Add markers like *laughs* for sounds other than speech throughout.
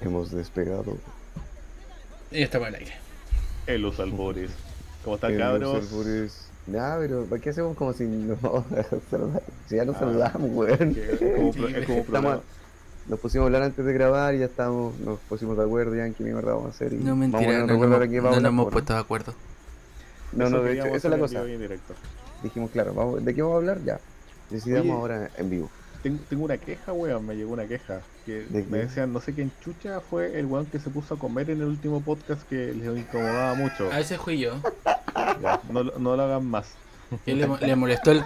Hemos despegado. Y estamos en el aire. En los albores. ¿Cómo están, En los cabros? albores. Nah, pero ¿para qué hacemos como si no *laughs* saludar? Si ya nos Ah, saludamos, weón. *laughs* Que- es como pro- es como Estamos- programa- Nos pusimos a hablar antes de grabar y ya estamos, nos pusimos de acuerdo ya en qué mierda vamos a hacer. y No vamos a mentira, ponernos no, de acuerdo ahora no- qué no vamos a nos hablar, hemos po, puesto de acuerdo. No, no, de hecho, esa queríamos es la hacer en cosa. vivo y en directo. Dijimos, claro, vamos, ¿de qué vamos a hablar? Ya. Decidamos Oye. ahora en *laughs* vivo. *laughs* Tengo, tengo una queja, weón, me llegó una queja. Que ¿De me qué? decían, no sé quién chucha fue el weón que se puso a comer en el último podcast que les incomodaba mucho. A ese fui yo. Ya, no, lo- no lo hagan más. *laughs* ¿Quién le, mo- le molestó el-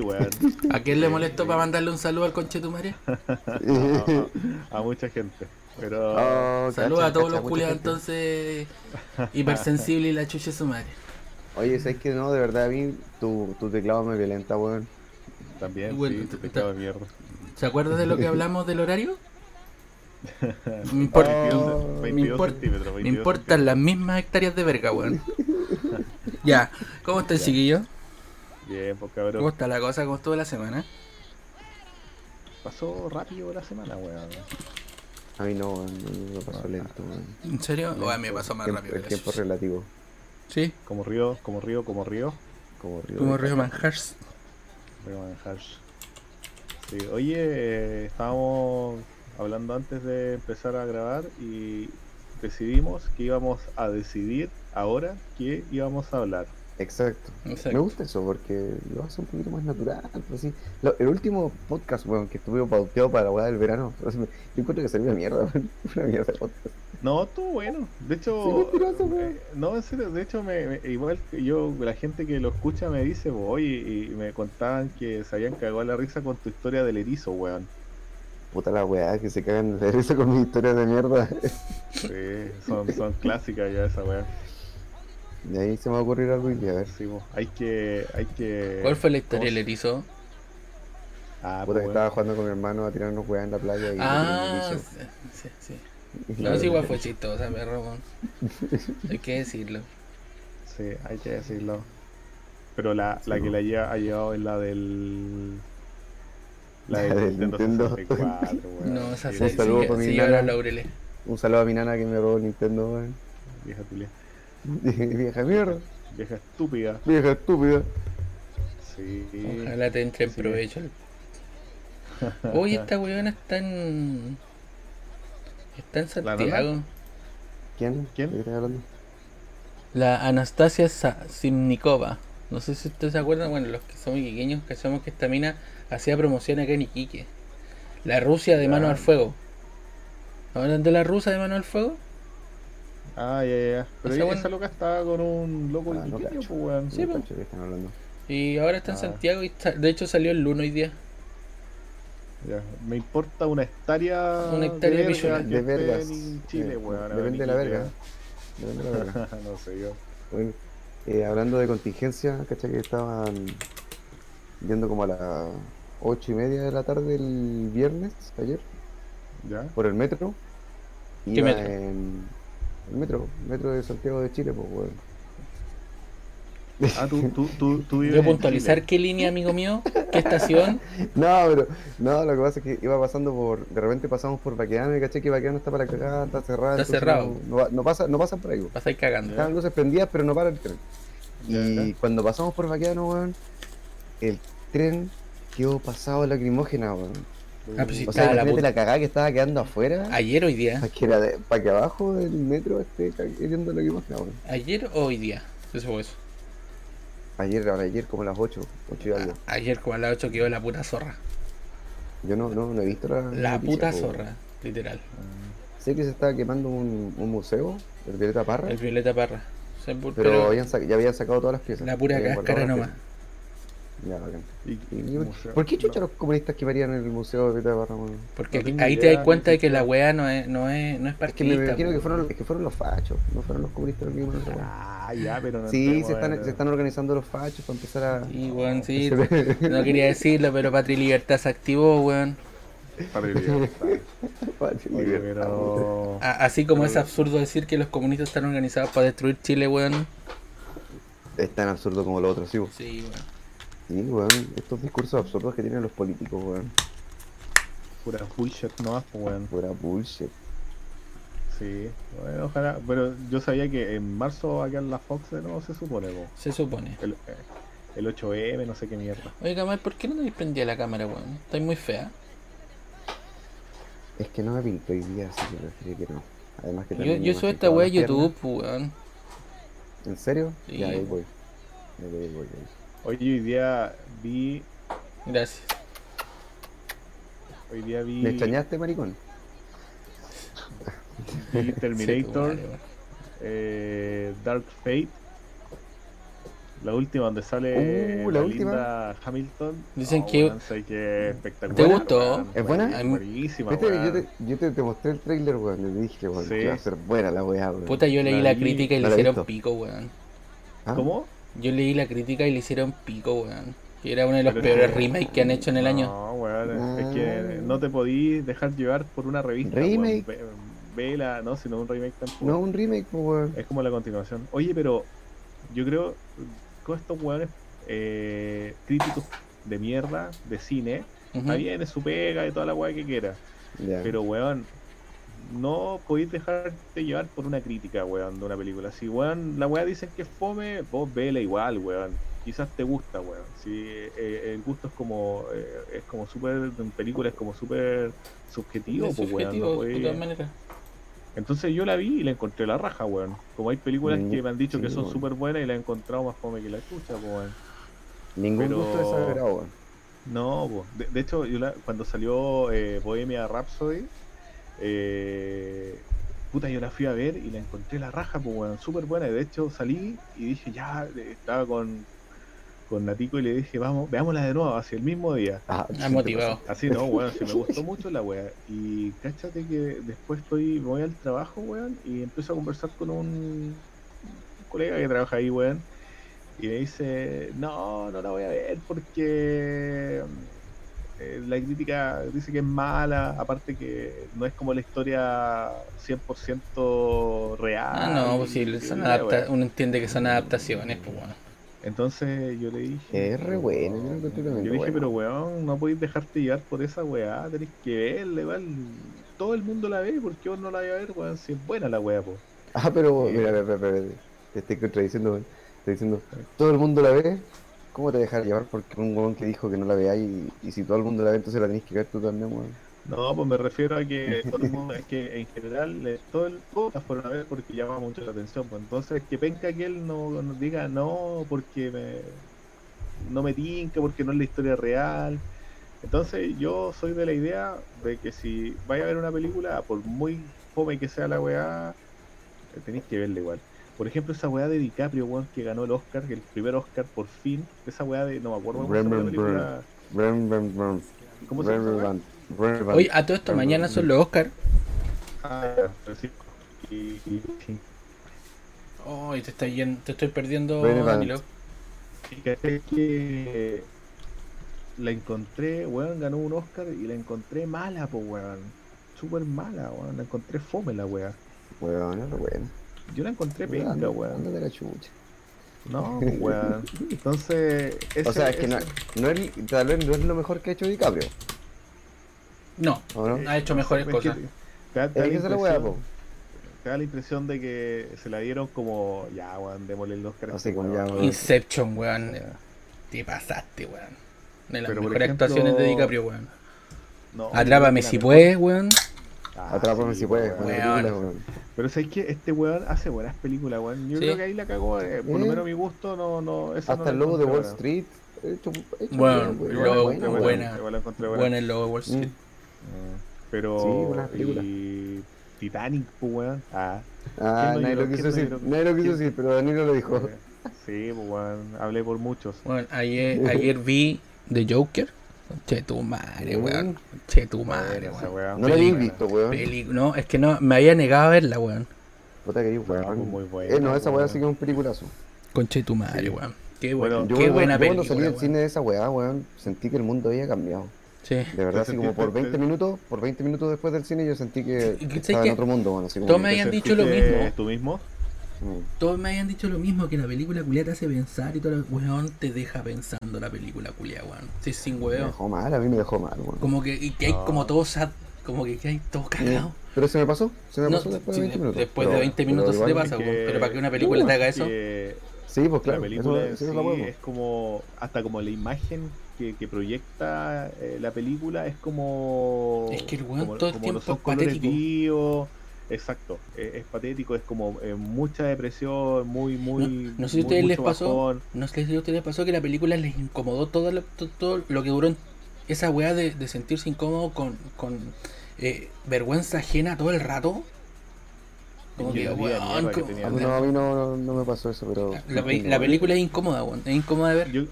*laughs* weón. ¿A quién le molestó para mandarle un saludo al conchetumare? A- a, a mucha gente. Pero. Oh, Saludos cacha, a todos cacha, mucha los culiados gente. entonces hipersensible y la chucha de su madre. Oye, ¿sabes que no? De verdad, a mí tu, tu teclado me violenta, weón. También, Bueno, sí, te- te cago de mierda. ¿Se acuerdas de lo que hablamos del *laughs* horario? Me, Ah, import- Oh, 22, me importa- centímetros. me 22 importan las mismas hectáreas de verga, weón. Ya, ¿cómo está el chiquillo? centímetros. Bien, pues ¿Cómo cabrón. está la cosa? ¿Cómo estuvo la semana? Pasó rápido la semana, weón. A mí no, weón, no, no, lo pasó Ah, lento, weón. ¿En serio? Oh, a mí me pasó más Tiemp- rápido. El tiempo gracias. es relativo. Sí, Como río, como río, como río. Como río. como de Río caca. Manjars. Río Manjarsh. Sí, oye, eh, estábamos hablando antes de empezar a grabar y decidimos que íbamos a decidir ahora qué íbamos a hablar. Exacto. Me Exacto. gusta eso porque lo hace un poquito más natural. pero sí. Lo- el último podcast, weón, que estuve pauteado para la weá del verano. *laughs* o sea, Yo encuentro que salió una mierda, weón. *laughs* Una mierda. de podcast. No, estuvo bueno. De Sí, hecho, mentiroso, weón. eh, no, en serio, de hecho, me, me- igual que yo, la gente que lo escucha me dice, "Bo, oye, y me contaban que se habían cagado la risa con tu historia del erizo, weón. Puta la weá, que se cagan de risa con mis historias de mierda. *laughs* Sí, son, son clásicas ya esa weón. Y ahí se me va a ocurrir algo y a ver. Sí, bo, hay que, hay que. ¿Cuál fue la historia ¿cómo del se- erizo? Ah, Puta, pues, que weón. estaba jugando con mi hermano a tirarnos weá en la playa. Y Ah, y- sí, sí. sí. y- No, sí, igual fue chistosa, perro. weón. Hay que decirlo. Sí, hay que decirlo. Pero la, Sí, pues. la que po. la lleva, ha llevado es la del. La La del del Nintendo. Nintendo 64, weón. No, esa Sí, se, un sí, saludo sí, para mi lloran nana. los laureles. Un saludo a mi nana que me robó el Nintendo, weón. *laughs* Vieja culia. Vieja mierda. Vieja estúpida. Vieja estúpida. Sí. Ojalá te entre en Sí. provecho. Oye, esta weona está en. Está en ¿La nana? Santiago. ¿Quién? ¿Quién? ¿De qué estás hablando? La Anastasia Sa- Simnikova. No sé si ustedes se acuerdan, bueno, los que somos iquiqueños, cachamos que esta mina hacía promoción acá en Iquique. La Rusia de mano Ya. al fuego. ¿Hablan de la rusa de mano al fuego? Ah, ya, ya, O ya. Pero sea, ella- bueno. esa loca estaba con un loco Ah, no iquiqueño, cacho. pues, weón. Sí, No po. cacho que están hablando. Y ahora está en Ah. Santiago y está- de hecho salió el lunes hoy día. Ya. Me importa una hectárea. Una hectárea de pichula. verga que De esté vergas. En Chile, Eh, weón. Depende de la Iquique. verga. Depende de la verga. *laughs* no sé yo. Bueno, eh, hablando de contingencia, ¿cachai? Que estaban yendo como a las ocho y media de la tarde el viernes, ayer, *laughs* ¿Ya? por el metro. ¿Qué metro? En... El metro, metro de Santiago de Chile, pues, weón. *laughs* Ah, tú, tú, tú, tú vives Yo en puntualizar Chile. qué línea, amigo mío, qué estación. No, pero, no, lo que pasa es que iba pasando por, de repente pasamos por Baquedano y caché que Baquedano está para cagada, está cerrada. Está entonces cerrado. No, no, va- no pasa, no pasan por ahí, weón. Vas a ir cagando. Estaban luces prendidas, pero no para el tren. Ya, Y ya. cuando pasamos por Baquedano, weón, el tren quedó pasado de lacrimógena, weón. Ah, pues sí, O sea, estaba la imagínate puta. la cagada que estaba quedando afuera. Ayer hoy día. Para *laughs* que, la de- pa' que abajo del metro esté ca- cayendo lo que más weón. Ayer o hoy día. Eso fue eso. Ayer, ahora ayer, como a las 8, 8 y algo. A- Ayer como a las 8 quedó la puta zorra. Yo no, no, no he visto la. La noticia, puta po, weón. zorra, literal. Ah. Sé que se estaba quemando un, un museo, el Violeta Parra, El Violeta Parra. O sea, por- Ah. pero, pero- habían sa- ya habían sacado todas las piezas. La pura habían guardado cáscara las nomás. piezas. Ya, bacán. Y- Y- y- museo- ¿Por qué no. chucha los comunistas quemarían el museo de Violeta Parra, weón? Porque No tengo ahí te idea, das cuenta de que insisto. la weá no es, no es, no es Es que me partidista. imagino que po. fueron, es que fueron los fachos, no fueron los comunistas los que quemaron esa weá. Ah, ya, pero no Sí, entremos se están, en- se están organizando los fachos para empezar a. *laughs* Sí, weón, sí. No quería decirlo, pero Patri Libertad se activó, weón. *laughs* Para el día. Oye, Libertad, weón. pero... A- así como es absurdo decir que los comunistas están organizados para destruir Chile, weón. Es tan absurdo como lo otro, sí. vos. Sí, weón. Sí, weón. Estos discursos absurdos que tienen los políticos, weón. Pura bullshit nomás, pues, weón. Pura bullshit. Sí, bueno, ojalá. Pero yo sabía que en marzo va a quedar la Fox de nuevo, se supone, po. Se supone. El, eh, el 8M, no sé qué mierda. Oye, Gamal, ¿por qué no te prendía la cámara, weón? Estás muy fea. Es que no me pinto hoy día, así que prefiero que no. Además que Yo, también yo me subo afectaba esta weá a las piernas. YouTube, pues, weón. ¿En serio? Sí. Ya, ahí voy. Ahí voy, ahí voy, ahí voy. Hoy, hoy día vi. Gracias. Hoy día vi. ¿Me extrañaste, maricón? *laughs* vi Sí, tu Terminator, madre, weón. eh, Dark Fate. La última donde sale Uh, la última. linda Hamilton. Oh, Dicen que- weón, sé que es espectacular. gustó? weón. ¿Es buena? Buenísima, Buenísima. Viste que yo weón. te, yo te, te mostré el trailer, weón. Yo te dije, weón, Sí. que va a ser buena la weá, weón. Puta, yo leí La la vi, crítica y no le la he hicieron visto. pico, weón. ¿Ah? ¿Cómo? Yo leí la crítica y le hicieron pico, weón. Que era uno de los Pero- peores remakes que han hecho en el año. No, weón, Ah. es que no te podís dejar llevar por una revista. Remake. weón. Ve, ve la, no, sino un remake tampoco. No, un remake, pues, weón. Es como la continuación. Oye, pero yo creo con estos weones eh, críticos de mierda, de cine, Ujú. está bien, es su pega y toda la weá que quiera. Ya. Pero weón, no podéis dejarte llevar por una crítica, weón, de una película. Si weón, la weá dicen que es fome, vos vela igual, weón. Quizás te gusta, weón. Si eh, el gusto es como eh, es como súper en películas es como súper subjetivo, Es pues weón. no subjetivo, de podéis- todas maneras. Entonces yo la vi y la encontré la raja, weón. Como hay películas Mm, que me han dicho que sí, son weón. súper buenas y la he encontrado más fome que la chucha, po, weón. Ningún pero- gusto desagrado, weón. No, po. De, de hecho, yo la- cuando salió eh, Bohemia Rhapsody, eh, puta, yo la fui a ver y la encontré la raja, pues, weón, súper buena. Y de hecho, salí y dije, ya, eh, estaba con, con Natico y le dije, vamos, veámosla de nuevo, así el mismo día. Ah, Ah, motivado. *laughs* Así no, weón, se me gustó mucho la weá. Y cáchate que después estoy, voy al trabajo, weón, y empiezo a conversar con un colega que trabaja ahí, weón. Y me dice, no, no la voy a ver porque eh, la crítica dice que es mala, aparte que no es como la historia 100% real. Ah, no, pues Y- sí, y son la adapta- weá. uno entiende que son adaptaciones, pues, weón. Entonces yo le dije. Es re buena, yo la encontré Yo también le dije, buena. pero weón, no podéis dejarte llevar por esa weá, tenés que verla, igual. Todo el mundo la ve, ¿por qué vos no la vais a ver, weón? Si es buena la weá, po. Ah, pero mira, mira, mira, mira, te estoy contradiciendo, weón. Estoy diciendo, todo el mundo la ve. ¿Cómo te dejar llevar? Porque un weón que dijo que no la veáis y, y si todo el mundo la ve, entonces la tenés que ver tú también, weón. No, pues me refiero a que todo el mundo, es que en general eh, todo el todas las fueron a ver porque llama mucho la atención, pues entonces que penca que él no, no diga no porque me, no me tinca, porque no es la historia real. Entonces yo soy de la idea de que si vais a ver una película, por muy fome que sea la weá, eh, tenéis que verla igual. Por ejemplo, esa weá de DiCaprio, weón, que ganó el Oscar, el primer Oscar por fin, esa weá de, no me acuerdo cómo se llama la Remember. película, Brem, brem, brem. ¿cómo se llama? esa weá? Brem, brem, brem. Oye, a todo esto, Brem, mañana brem. son los Oscar. Ah, ya, Francisco. Y, y- Ay, te, estoy yendo- te estoy perdiendo, Relevant. Danilo. y caché que la encontré, weón, ganó un Oscar y la encontré mala, po, weón. Súper mala, weón. La encontré fome, la weá. Weón, es re buena. Yo la encontré penca, Anda- weón. ándate a la chucha. No, po, weón. Entonces, O sea, es que no, ese- no es, tal vez no es lo mejor que ha hecho DiCaprio, No, ¿o no? ha hecho no sé, mejores es que cosas. te da- te da Es que la esa es la weá, po. impresión- te da la impresión de que se la dieron como, ya, weón, démosle el Oscar. a Así este como ya, weón". weón. Inception, O weón. sea, Te pasaste, weón. De las Pero, por mejores ejemplo, actuaciones de DiCaprio, weón. Oh, no, Atrápame la si mejor. puedes, weón. Ah, Atrápame sí, si po, puedes, weón. buena Weón. película, weón. Pero sabes que este weón hace buenas películas, weón. Yo Sí. creo que ahí la cagó, eh, por lo ¿Eh? menos a mi gusto, no, no, esa no Hasta la el lobo de encontré Wall buena. Street. Hecho, hecho Bueno, bien, weón. Igual la Lobo, encontré buena, buena. igual la encontré buena. Bueno, el lobo de Wall Street. Mm. Pero. Sí, buenas películas. Y Titanic, pues, weón. Ah, Ah, ¿Quién no nadie lo lloró? quiso ¿Quién no decir, lloró? nadie lo quiso ¿Quién? decir, pero Danilo lo dijo. eh, sí, pues, weón. Hablé por muchos. Bueno, ayer, ayer vi The Joker. Che tu madre, weón. Che tu madre, Buena esa weón. weá, No lo muy habéis buena. visto, Mm. weón. Peli- No, es que no, me había negado a verla, weón. Puta que eres weón. muy buena, Eh, no, esa weá weón. sí que es un peliculazo. Conche tu madre, weón. Qué, bueno, Bueno, Yo qué cuando- buena yo cuando salí película. del weón. cine de esa weá, weón, sentí que el mundo había cambiado. Sí. De verdad, Te así como por sentiste- 20 minutos, por 20 minutos después del cine yo sentí que Sí, y que sé estaba que en otro mundo, bueno, así como todos me que- habían ¿Te dicho lo sentiste mismo. ¿Tú mismo? Todos me habían dicho lo mismo, que la película culia te hace pensar y todo lo weón te deja pensando la película culia, weón. Sí, sin Me weón. dejó mal, a mí me dejó mal, weón. Como que, y que hay No. como todo sad, como que, que hay todo cagado. Pero se me pasó, se me No, pasó después sí, de 20 minutos. después de Pero- 20 pero minutos se te igual- pasa, weón. Pero para que una película te haga eso. que Sí, pues claro, la película eso, en eso es sí la huevo. es como hasta como la imagen que, que proyecta eh, la película es como Es que el weón como- todo el como tiempo son es colores patético. vivos. exacto e-, es, es patético es como eh, mucha depresión muy muy No- no sé si a muy- ustedes les mucho pasó. bajón. No sé si a ustedes les pasó que la película les incomodó todo lo, to- todo lo que duró en- esa weá de, de sentirse incómodo con, con eh, vergüenza ajena todo el rato. Como Y que, la vida de weón, mierda que como- tenía. A mí no, a mí no, no, no me pasó eso, pero. la, pe- la película es incómoda, weón. Es incómoda de ver. yo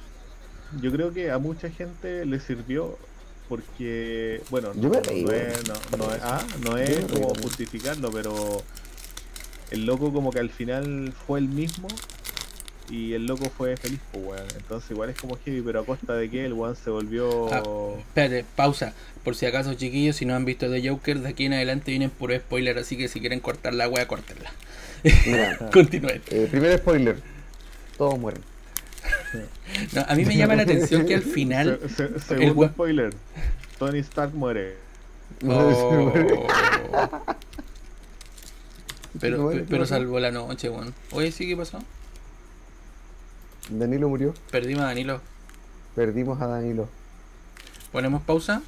yo creo que a mucha gente le sirvió porque bueno Yo me no, reí, no weón. es, no- no es- ah, no es Yo me reí como también. justificando pero el loco como que al final fue el mismo y el loco fue feliz pues weón. entonces igual es como heavy pero a costa de que el weón se volvió Ah. Espérate, pausa. Por si acaso, chiquillos, si no han visto The Joker, de aquí en adelante vienen puro spoiler, así que si quieren cortar la weá, cortenla. Mira, Continúen. eh, primer spoiler: todos *laughs* mueren. No, a mí me *laughs* llama la atención que al final. Se- se- segundo weón- spoiler Tony Stark muere Oh. *laughs* No, Pero, bueno, ¿qué pero pasó? salvó la noche, weón. Oye, sí, ¿qué pasó? Danilo murió, Perdimos a Danilo. perdimos a Danilo. ¿Ponemos pausa?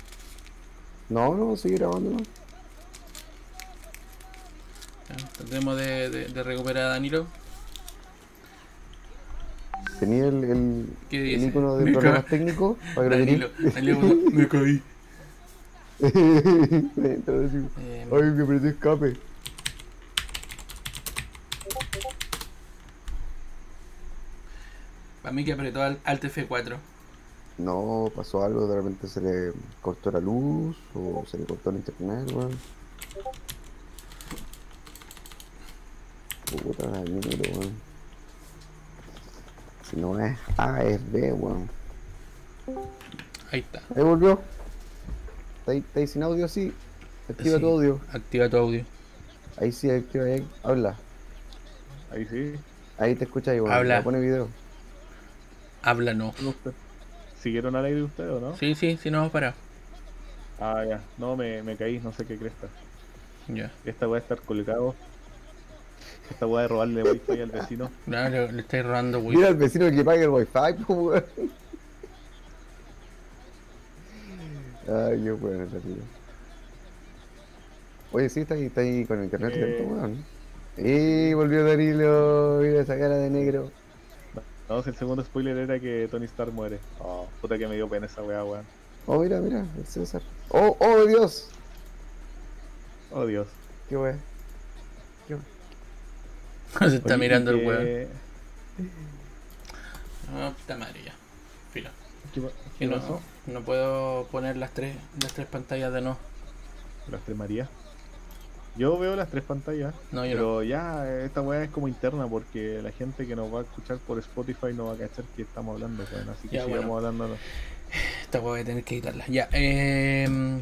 No, no, sigue grabando, ¿no? Ya, Tratemos de, de- de recuperar a Danilo. Tenía el, el, ¿Qué el dice? icono de Mica. *laughs* problemas técnicos para que lo Danilo, Danilo, *laughs* me caí. tenía. Entonces, así, Eh, Ay, me prendí escape. para mí que apretó al, al TF4. No, pasó algo, de repente se le cortó la luz o se le cortó el internet, weón. Puta la mierda, weón. Si no es A, es B, weón. Ahí está. Ahí volvió. Está ahí, está ahí sin audio, sí. Activa Sí. tu audio. Activa tu audio. Ahí sí, activa ahí. Habla. ahí sí Ahí te escucha ahí, weón. Habla. Ya Pone video. Habla no. no sé. siguieron al aire ustedes o no Sí, sí, sí, no vamos para. ah ya no me, me caí no sé qué cresta Ya. Esta voy a estar colgado. Esta voy a robarle wifi al vecino. No, Ah, le, le estáis robando, güey. Mira al vecino que paga el wifi, *laughs* po, weón. Ay, qué bueno esa tía. Oye, sí, está ahí, está ahí con internet Eh. lento, weón. Y volvió Danilo, mira esa cara de negro. No, si el segundo spoiler era que Tony Stark muere. Oh, puta que me dio pena esa weá, weón. Oh, mira, mira, el César. Oh, oh, Dios. Oh Dios. Qué weón. *laughs* Se está Oye, mirando ¿y el weón. qué- No, puta madre ya. Filo. ¿Qué, pa- Y qué no, pasó? no puedo poner las tres, las tres pantallas de no. Las tres Marías. Yo veo las tres pantallas. No, yo Pero ya, eh, esta weá es como interna porque la gente que nos va a escuchar por Spotify no va a cachar que estamos hablando, weón. Así que Ya, sigamos bueno. hablando. no. Esta weá voy a tener que quitarla. Ya, eh.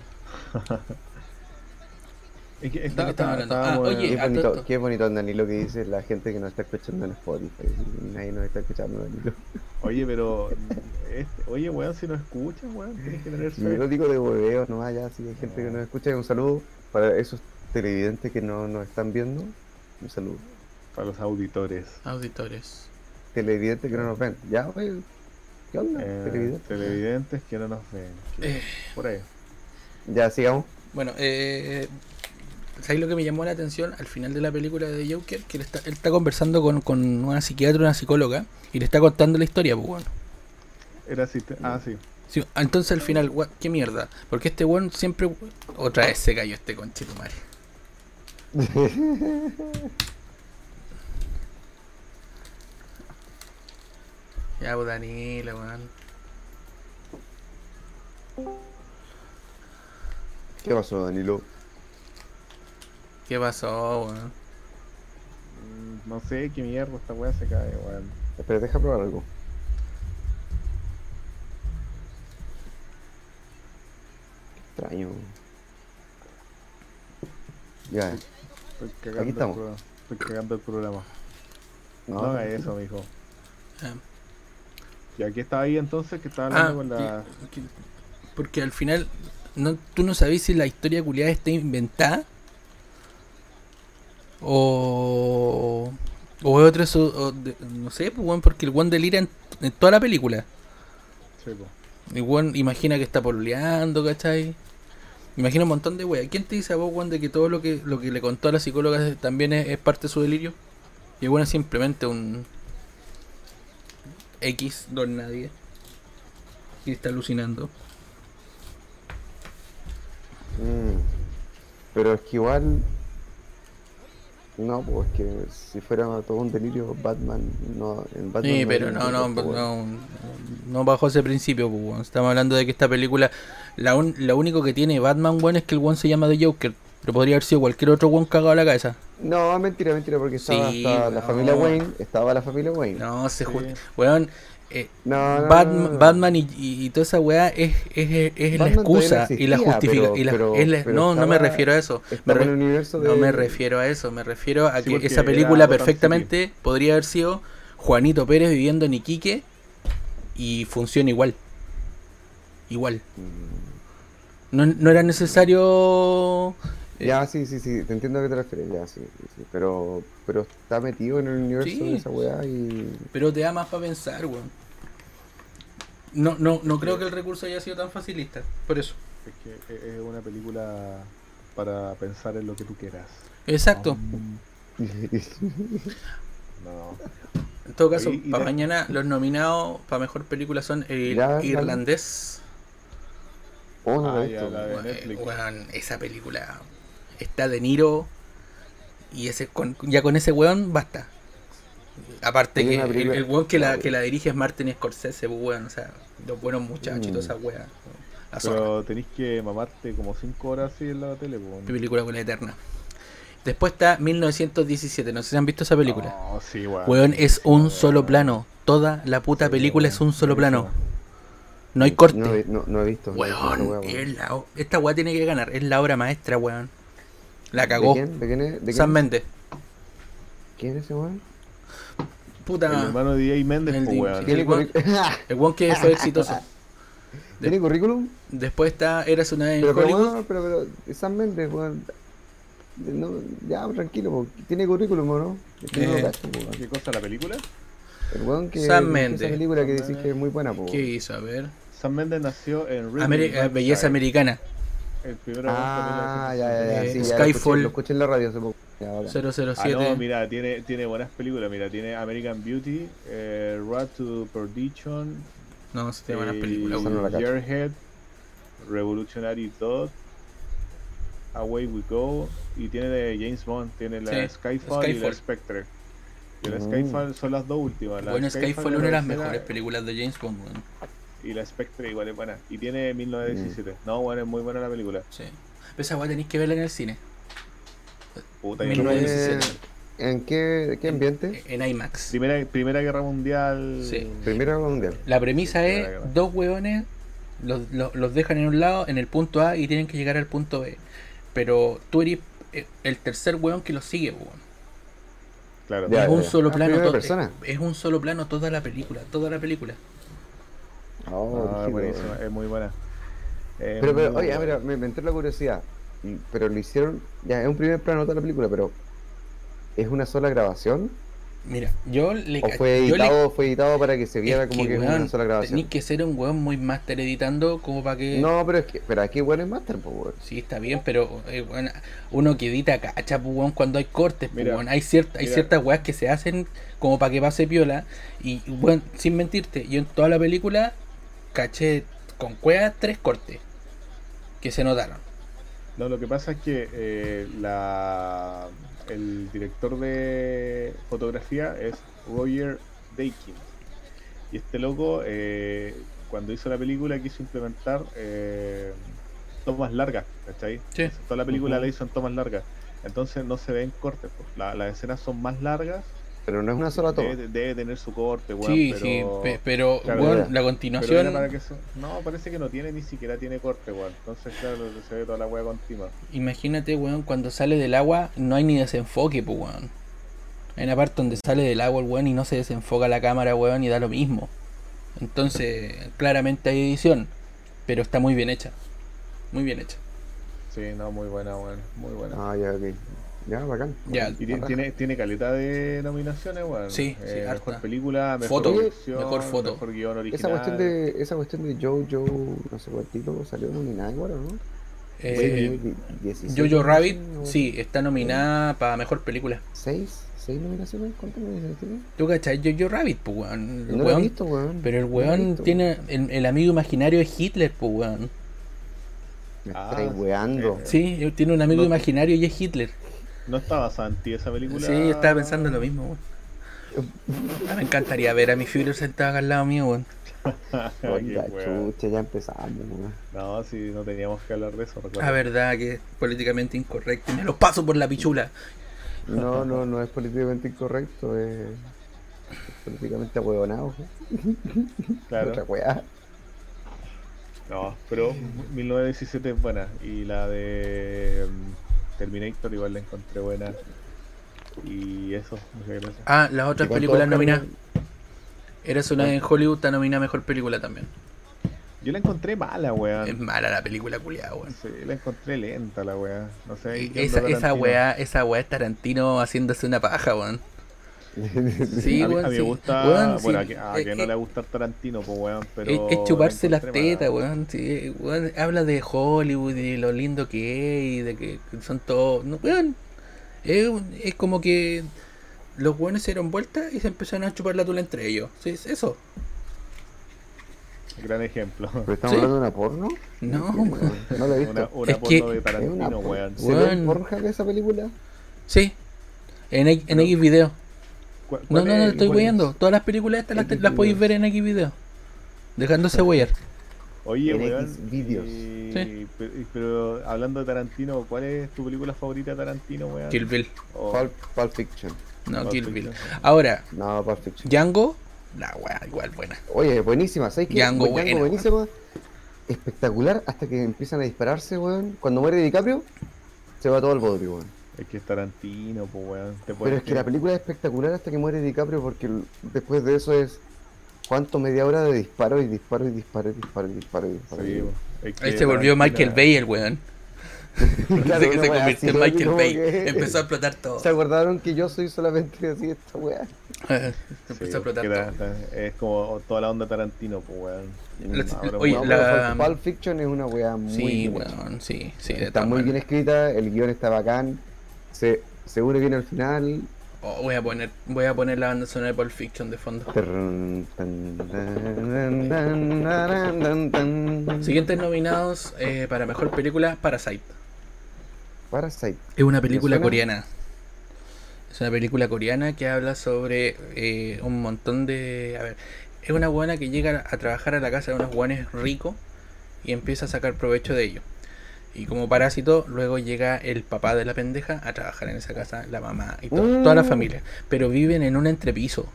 Es que ¿De qué estamos hablando? Ah, estábamos- oye, Qué a todo bonito, esto. qué bonito Danilo que dice la gente que nos está escuchando en Spotify. Nadie nos está escuchando, Danilo. Oye, pero. este- oye, weón, si nos escuchas, weón, tienes que tener Yo fe. lo digo de hueveo nomás, ya, si hay gente que nos escucha, un saludo para esos televidentes que no nos están viendo. Un saludo. Para los auditores. Auditores. Televidentes que no nos ven. Ya, oye, ¿qué onda? Eh, Televidentes. televidentes que no nos ven. que- Eh, Por ahí. Ya, sigamos. bueno, eh. ¿Sabéis lo que me llamó la atención al final de la película de Joker? Que él está, él está conversando con, con una psiquiatra, una psicóloga, y le está contando la historia, pues bueno. Era asiste- Ah, sí. Sí, entonces al final, gua- qué mierda. Porque este weón siempre. Otra vez se cayó este *laughs* conchetumare. Ya, pues Danilo, weón. ¿Qué pasó, Danilo? ¿Qué pasó, weón? Mm, No sé qué mierda esta weá se cae, weón. Espera, deja probar algo. Extraño. Ya, Estoy cagando Aquí estamos. El programa. Estoy cagando el programa. No, haga eso, mijo. Ah, Y aquí estaba ahí entonces que estaba ah, hablando con la. que- que- porque al final no, tú no sabes si la historia culiada está inventada o, o es otro eso, o de- no sé, pues, weón, porque el one delira en, en toda la película. Sí, po. El weón imagina que está pololeando, ¿cachai? Imagina un montón de weas. ¿Quién te dice a vos, weón, de que todo lo que, lo que le contó a la psicóloga es- también es, es parte de su delirio? Y el weón es simplemente un X, don nadie. Y está alucinando. Mm. Pero es que igual. No, pues que si fuera todo un delirio, Batman no. En Batman Sí, no pero habría no, no, muerto, weón. no, no bajo ese principio, pues, weón. Estamos hablando de que esta película, la, un- lo único que tiene Batman, weón, es que el weón se llama The Joker. Pero podría haber sido cualquier otro weón cagado a la cabeza. No, mentira, mentira, porque estaba, Sí, estaba la weón. familia Wayne. Estaba la familia Wayne. No, se Sí. ju- Weón, eh, No, no, Batman, no, no. Batman y, y- y toda esa weá es, es, es- es la Ah. Batman todavía no excusa y la existía, justificación. pero- pero- pero no, no me estaba- refiero a eso. Me Estaba re- en el universo de. No me refiero a eso. Me refiero a Sí, que porque esa era película Gotham perfectamente podría haber sido Juanito Pérez viviendo en Iquique y funciona igual. Igual. Mm. No, no era necesario. eh, Ya, sí, sí, sí, te entiendo a qué te refieres, ya, sí, sí, sí, Pero, pero está metido en el universo Sí. de esa weá y. *laughs* Pero te da más para pensar, weón. No, no, no creo que el recurso haya sido tan facilista. Por eso. Es que e- es una película para pensar en lo que tú quieras. Exacto. Mm, No. En todo caso, Oye, y para de- mañana los nominados para mejor película son el Ya, dale. irlandés. oh, no, Ah, de ya, esto. la- de Weón, Netflix. weón, esa película está de Niro y ese con- ya con ese weón basta. Aparte Hay que una el, película- el weón que la, Ah, que la dirige es Martin Scorsese, pues, weón, o sea, los buenos muchachos y Mm. toda esa wea. La zorra. Pero tenés que mamarte como 5 horas así en la tele, po. película con la eterna. Después está 1917, no sé si han visto esa película. No, sí, weón. Weón, es un solo plano. Toda la puta Sí, película weón. es un solo plano. Buenísima. No hay corte. No, he- no, no he visto. no he visto esa Weón, weá, weón. es la o- esta weá tiene que ganar, es la obra maestra, weón. La cagó. ¿De quién? ¿De quién es? ¿De quién? Sam Mendes. ¿Quién es ese weón? Puta. El hermano de DJ Méndez, Ah. El po, de- weón. sí. ¿Tiene, weón- curri- El weón que fue exitoso. *laughs* ¿Tiene currículum? Después está Eras una vez en Pero, pero, Hollywood. bueno, pero, pero, Sam Mendes, weón. No, ya, tranquilo, po. ¿tiene currículum o no? Es que no lo Eh, cacho, po, weón. ¿Qué cosa la película? El weón que. Sam que hizo Mendes. Esa película que Sam decís que es Mendes. muy buena, po. ¿Qué hizo? A ver. Sam Mendes nació en Ridley, Ameri- eh, Berkshire, belleza americana. El primero de Ah, agosto de ya, ya, ya. Eh, Sí, ya, lo escuché, Skyfall. lo escuché en la radio hace poco. Ya, ahora. 007. Ah, no, mira, tiene, tiene buenas películas. Mira, tiene American Beauty, eh, Road to Perdition, No, sí tiene buenas películas, eh, weón. no la cacho. Gearhead, Revolutionary Dog, Away We Go, y tiene de James Bond, tiene la Sí, Skyfall, y Skyfall. la Oh. Spectre. Y la Mm. Skyfall son las dos últimas. La Bueno, Skyfall es una de las tercera mejores películas de James Bond, weón. Y la Spectre igual es buena. Y tiene 1917. Mm. No, bueno, es muy buena la película. Sí. Pero esa weá tenéis que verla en el cine. Puta, yo no puedo- 1917. ¿En qué, qué ambiente? En IMAX. Primera, primera Guerra Mundial. Sí. Primera Guerra Mundial. La premisa es Primera guerra. dos hueones los, los- los dejan en un lado, en el punto A, y tienen que llegar al punto B. Pero tú eres eh, el tercer hueón que los sigue, weón. Claro. Ya, es un ya. solo Ah, plano. primera to- persona. Es, es un solo plano toda la película, toda la película. Oh, No, es brígido, buenísima, weón. es muy buena. Es Pero, Em, pero, muy oye, buena. mira, me, me entró la curiosidad. Y- Pero lo hicieron. Ya, es un primer plano de la película, pero. ¿Es una sola grabación? Mira, yo le ¿O ca- fue yo le- editado, fue editado para que se es viera como que, es una weón, sola grabación? tenés que ser un hueón muy master editando como para que... No, pero es que. Pero aquí, bueno, es Master, po, weón. Sí, está bien, pero eh, weón, uno que edita cacha, pues, weón, cuando hay cortes, pues, Mira, weón. Hay, cierta, hay mira. ciertas weas que se hacen como para que pase piola. Y, bueno, sin mentirte, yo en toda la película caché con cueva tres cortes que se notaron. No, lo que pasa es que eh, la, el director de fotografía es Roger Dakin. Y este loco, eh, cuando hizo la película, quiso implementar eh, tomas largas, ¿cachai? Sí. Toda la película Ujú. la hizo en tomas largas. Entonces no se ven cortes, pues. La- las escenas son más largas. Pero no es una sola toma. Debe, debe tener su corte, weón. sí, pero... sí, pe- pero Claro, weón, mira. la Pero continuación era para que se- No, parece que no tiene, ni siquiera tiene corte, weón. Entonces, claro, se ve toda la weá continua. Imagínate, weón, cuando sale del agua no hay ni desenfoque, pues, weón. Hay una parte donde sale del agua el weón y no se desenfoca la cámara, weón, y da lo mismo. Entonces, claramente hay edición, pero está muy bien hecha. Muy bien hecha. Sí, no, muy buena, weón. Muy buena. Ah, ya, ok. Ya, bacán. Ya, Y tiene, Ajá. tiene, tiene calidad de nominaciones, weón. Eh, Sí, sí, mejor harta. película, mejor Foto, dirección, mejor foto. mejor guión original. Esa cuestión de esa cuestión de Joe Joe, no sé cuál título salió nominada igual, ¿o ¿no? eh, Jojo Rabbit, sí, está nominada para mejor película. ¿Seis? ¿Seis nominaciones? ¿Cuántas nominaciones tiene? ¿Tú cachai? Jojo Rabbit, pues, weón. El No lo he weón- visto, weón. Pero el No lo he weón visto. tiene. El, el amigo imaginario es Hitler, pues, weón. Me Ah, estáis sí. weando. Sí, él tiene un amigo No. imaginario y es Hitler. No estaba Santi esa película. Sí, yo estaba *laughs* pensando lo mismo, weón. Ah, me encantaría ver a mi Führer sentado acá al lado mío, weón. Qué Oiga, weón. chucha, ya empezamos, weón. No, si no teníamos que hablar de eso, recuerda. La verdad que es políticamente incorrecto. y Me lo paso por la pichula. No, no, no es políticamente incorrecto, es, es políticamente ahueonado. Otra claro. weá. No, pero 1917 es buena. Y la de mm, Terminator igual la encontré buena. Y eso, muchas gracias. Ah, las otras ¿Y cuánto películas Oscar nominadas. Eras una en Hollywood, está nominada a mejor película también. Yo la encontré mala, Es weón. mala la película culiada, weón. E- Sí, la encontré lenta la weá. No sé. ¿qué Esa, onda esa Tarantino? weá, esa weá es Tarantino haciéndose una paja, weón. Sí, a, mí- a weón, mí sí. me gusta. Weón, sí. bueno, a que, a que Eh, no eh, le va a gustar Tarantino, pues weón. Pero Es, es chuparse la las encontré mala. tetas, weón. sí, weón. Habla de Hollywood y lo lindo que es y de que son todos. No, weón. Es, un- es como que los weones se dieron vuelta y se empezaron a chupar la tula entre ellos. Sí, es eso. Gran ejemplo. *laughs* ¿Pero estamos Sí. hablando de una porno? No, entiendo, weón. weón. No la he visto. Una, una Es porno que- de Es una Tarantino, porno. weón. ¿Se ve en Weón. Pornhub esa película? Sí. En, X- en Pero- X video. ¿Cuál- No, cuál no, es no, el- estoy cuál es? weyando. Todas las películas estas las, te- las podéis ver en X video. Dejándose weyar. Oye, En weón. X videos. y- Sí. pe- y- Pero, hablando de Tarantino, ¿cuál es tu película favorita de Tarantino, weón? Kill Bill. O- Pulp, Pulp Fiction. No, Pulp Kill Bill. Fiction. Ahora, No, Pulp Fiction. Django. La weá, igual buena. Oye, buenísima. ¿Sabes qué? Django, buena, buenísima. Espectacular hasta que empiezan a dispararse, weón. Cuando muere DiCaprio, se va todo el bodrio, weón. Es que es Tarantino, pues weón. Te Pero es que la película es espectacular hasta que muere DiCaprio porque l- después de eso es cuánto media hora de disparo y disparo y disparo y disparo y disparo y disparo. Sí, weón. Es que Ahí se volvió Tarantino- Michael Bay el weón. Dice que se convirtió en Michael Bay. Empezó a explotar todo. Se acordaron que yo soy solamente así esta weá. Sí, *laughs* Empezó a explotar que todo. Tar- Es como toda la onda Tarantino, pues weón. La- No, pero oye, No, weón, pero la- Pulp- Pulp Fiction es una weá muy Sí, bien hecha. weón, sí, sí. de Está todas muy bien maneras. escrita, el guión está bacán, se, seguro viene al final. Oh, voy, a poner, voy a poner la banda sonora de Pulp Fiction de fondo. Terrrrn, tan, tan, tan, tan, tan, tan, tan. Siguientes nominados eh, para mejor película: Parasite. Parasite. Es una película suena? coreana. Es una película coreana que habla sobre eh, un montón de. A ver, es una buena que llega a trabajar a la casa de unos guanes ricos y empieza a sacar provecho de ello. Y como parásito, luego llega el papá de la pendeja a trabajar en esa casa, la mamá y to- Mm. toda la familia. Pero viven en un entrepiso.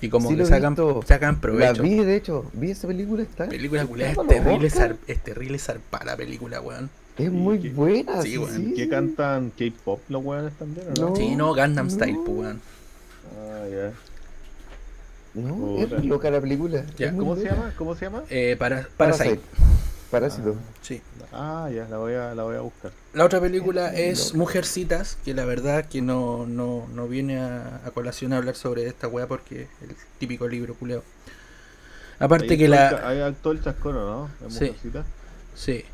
Y como Sí, que lo he sacan, visto. sacan La provecho. vi, de hecho, vi esa película, está. película ¿Está culiá, es para los terrible, Oscar? zar- es terrible zarpa la película, weón. Es ¿Y muy qué- buena. Sí, weón, ¿Y qué cantan K-pop los weones también, o no? No. Sí, no, Gundam Style, no. pues, weón. Ah, ya. No, es Puta. loca la película. Oh, Ya, es muy ¿Cómo se buena. llama? ¿Cómo se llama? Eh, para, Parasite. Parásito. Sí. Ah, ya, la voy a, la voy a buscar. La otra película es Mujercitas, que la verdad que no, no, no viene a, a colación a hablar sobre esta weá porque es el típico libro culeo. Aparte Ahí ah. que actuó el la. cha- Ahí actuó el chascono, ¿no? Es Sí. mujercita. Sí.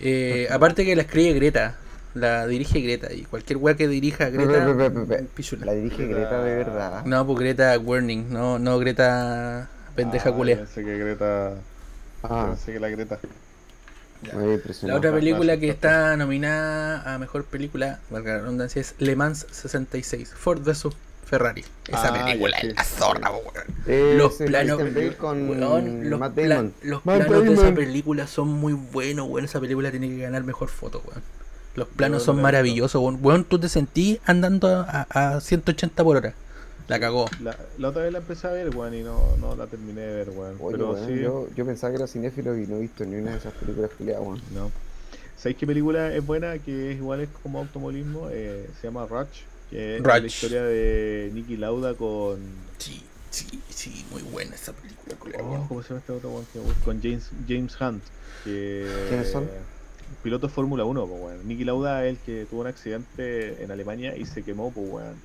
Eh, aparte que la escribe Greta. La dirige Greta. Y cualquier weá que dirija Pe- pe- Greta. pe- pe- pe- pichula. La dirige Greta de verdad. No, pues Greta Warning, no, no Greta pendeja Ah, culea. Pensé que Greta. Ah, Pensé que la Greta. Ya. me había impresionado. La otra Ajá, película gracias, que doctor. está nominada a mejor película, valga la redundancia, es Le Mans 66, Ford vs Ferrari. Esa Ah, película es ya, sí. la zorra, po, weón. Eh, los se planos- Christian Bale con Weón, Los, Matt pla- Damon. los Matt planos de esa Damon. película son muy buenos, weón. Esa película tiene que ganar mejor foto, weón. Los planos Yo son no la he maravillosos, weón. Weón, tú te sentís andando a, a 180 por hora. La cagó. La, la otra vez la empecé a ver, weón, y no, no la terminé de ver, weón. Oye, Pero weón, sí. yo, yo pensaba que era cinéfilo y no he visto ni una de esas películas culiadas, weón. No. ¿Sabéis qué película es buena? Que es igual es como automovilismo. Eh, se llama Rush. Que es Raj. la historia de Nicky Lauda con. Sí, sí, sí, muy buena esa película, culiao, oh, weón. ¿Cómo se llama este otro weón que me gusta? Con James, James Hunt. Que... ¿Quiénes son? Piloto de Fórmula 1, pues weón. Nicky Lauda es el que tuvo un accidente en Alemania y se quemó, pues weón.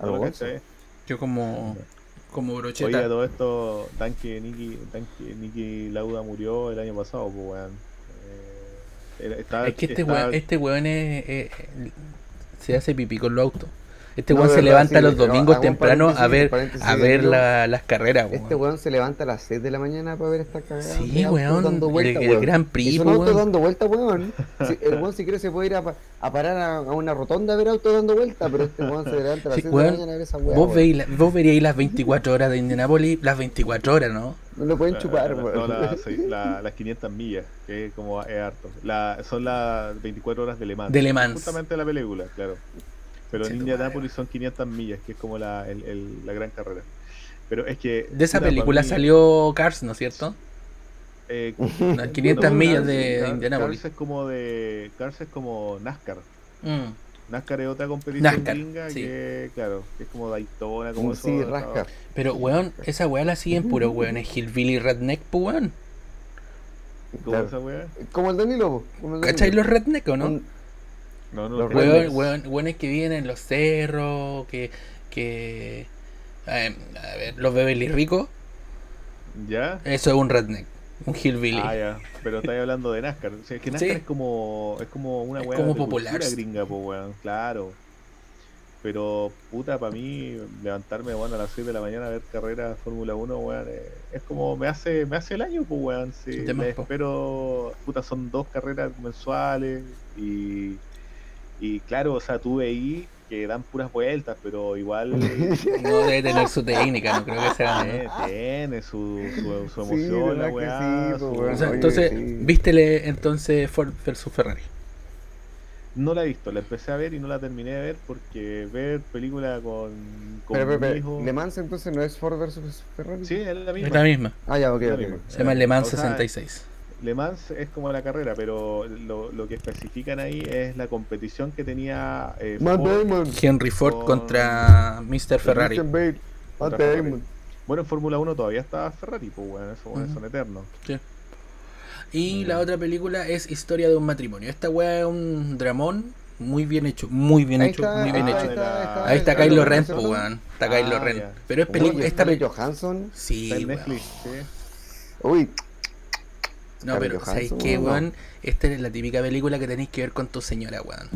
¿No lo Algo cachai? Yo como, como Oye, a brocheta. todo esto, tanque Nicky, tanque Nicky Lauda murió el año pasado, pues weón. Eh, era- estaba- es que este estaba- weón, este weón es, es- es- se hace pipí con los autos. Este No, weón de se verdad, levanta sí, los pero domingos hago un temprano a paréntesis, ver paréntesis a de ver nuevo. la- las carreras, Este weón. weón se levanta a las 6 de la mañana para ver esta cagada. Sí, de autos weón, dando vuelta, el- el weón. Gran Prix, Y son po, autos weón. dando vuelta, weón. Si- el weón, si quiere, se puede ir a, pa- a parar a, a una rotonda a ver autos dando vuelta, pero este weón se levanta a las Sí, 6 de la weón, mañana a ver esa weá. Vos, weón. veis la- vos veríais las 24 horas de Indianapolis, las 24 horas, ¿no? No lo pueden la- chupar, la- weón. no, las *laughs* seis- la- las 500 millas, que es como es harto. La- son las 24 horas de Le Mans. De Le Mans. Justamente la película, claro. Pero en Conchetumare, Indianápolis son 500 millas, que es como la, el- el- la gran carrera. Pero es que. De esa puta, pa' película mí, salió Cars, ¿no es cierto? eh, *laughs* Las 500 no, millas Cars- de, de Cars- Indianapolis. Cars es como de. Cars es como NASCAR. Mm. NASCAR es otra competición NASCAR, gringa sí. que, claro, que es como Daytona, como Como eso. si ¿no? rasca. Pero, weón, esa weá la siguen puros weones Hillbilly Redneck, pues, weón. ¿Cómo Claro. esa weá? *laughs* Como el Danilo, po, como el ¿Cachai Danilo. los redneck o no? Un- No, no, Los no, rednecks. Weón, weón, weones que viven en los cerros, que. que eh, a ver, los Beverly ricos, ¿Ya? eso es un redneck, un hillbilly. Ah, ya. Pero estáis hablando de NASCAR. O sea, es que NASCAR Sí. es como es como una Es weá como de popular. cultura gringa, po, weón. Claro. Pero, puta, para mí, levantarme, weón, a las 6 de la mañana a ver carrera de Fórmula 1, weón, eh, es como, me hace me hace el año, pues, weón. Sí, De más, me po. espero, puta, son dos carreras mensuales y, y claro, o sea, tú veí que dan puras vueltas, pero igual *laughs* No debe tener su técnica, no creo que sea. ¿no? eh, tiene su, su, su Sí, emoción, verdad la que weá, sí, po, su- weón. O sea, Oye, entonces, sí. vístele entonces Ford versus Ferrari. No la he visto, la empecé a ver y no la terminé de ver porque ver película con, con Pero, pero, pero, mi hijo. Le Mans entonces no es Ford versus Ferrari. Sí, es la misma. Es la misma, Ah, ya, ok, es la ok, misma. ok. se llama Le Mans O sea, 66. Le Mans es como la carrera, pero lo, lo que especifican ahí es la competición que tenía eh, Matt Ford. Damon. Henry Ford con- contra Mr. Ferrari. Christian Bale. Matt Contra Ferrari. Damon. Bueno, en Fórmula 1 todavía estaba Ferrari, pues bueno, esos weones Ujú. son eternos. Y la otra película es Historia de un matrimonio. Esta weá es un dramón muy bien hecho, muy bien Ahí hecho, está, muy bien ah, hecho. de la- Ahí está el- Kylo el- Ren, ¿no po, es cierto? weón. Está Ah, Kylo Ren. ya. Pero es Oye, película. Esta Scarlett peli- Johansson. Sí, Está en weón. Netflix, sí. Uy, No, pero Scarlett ¿sabéis Johansson, qué, no. weón? Esta es la típica película que tenéis que ver con tu señora, weón.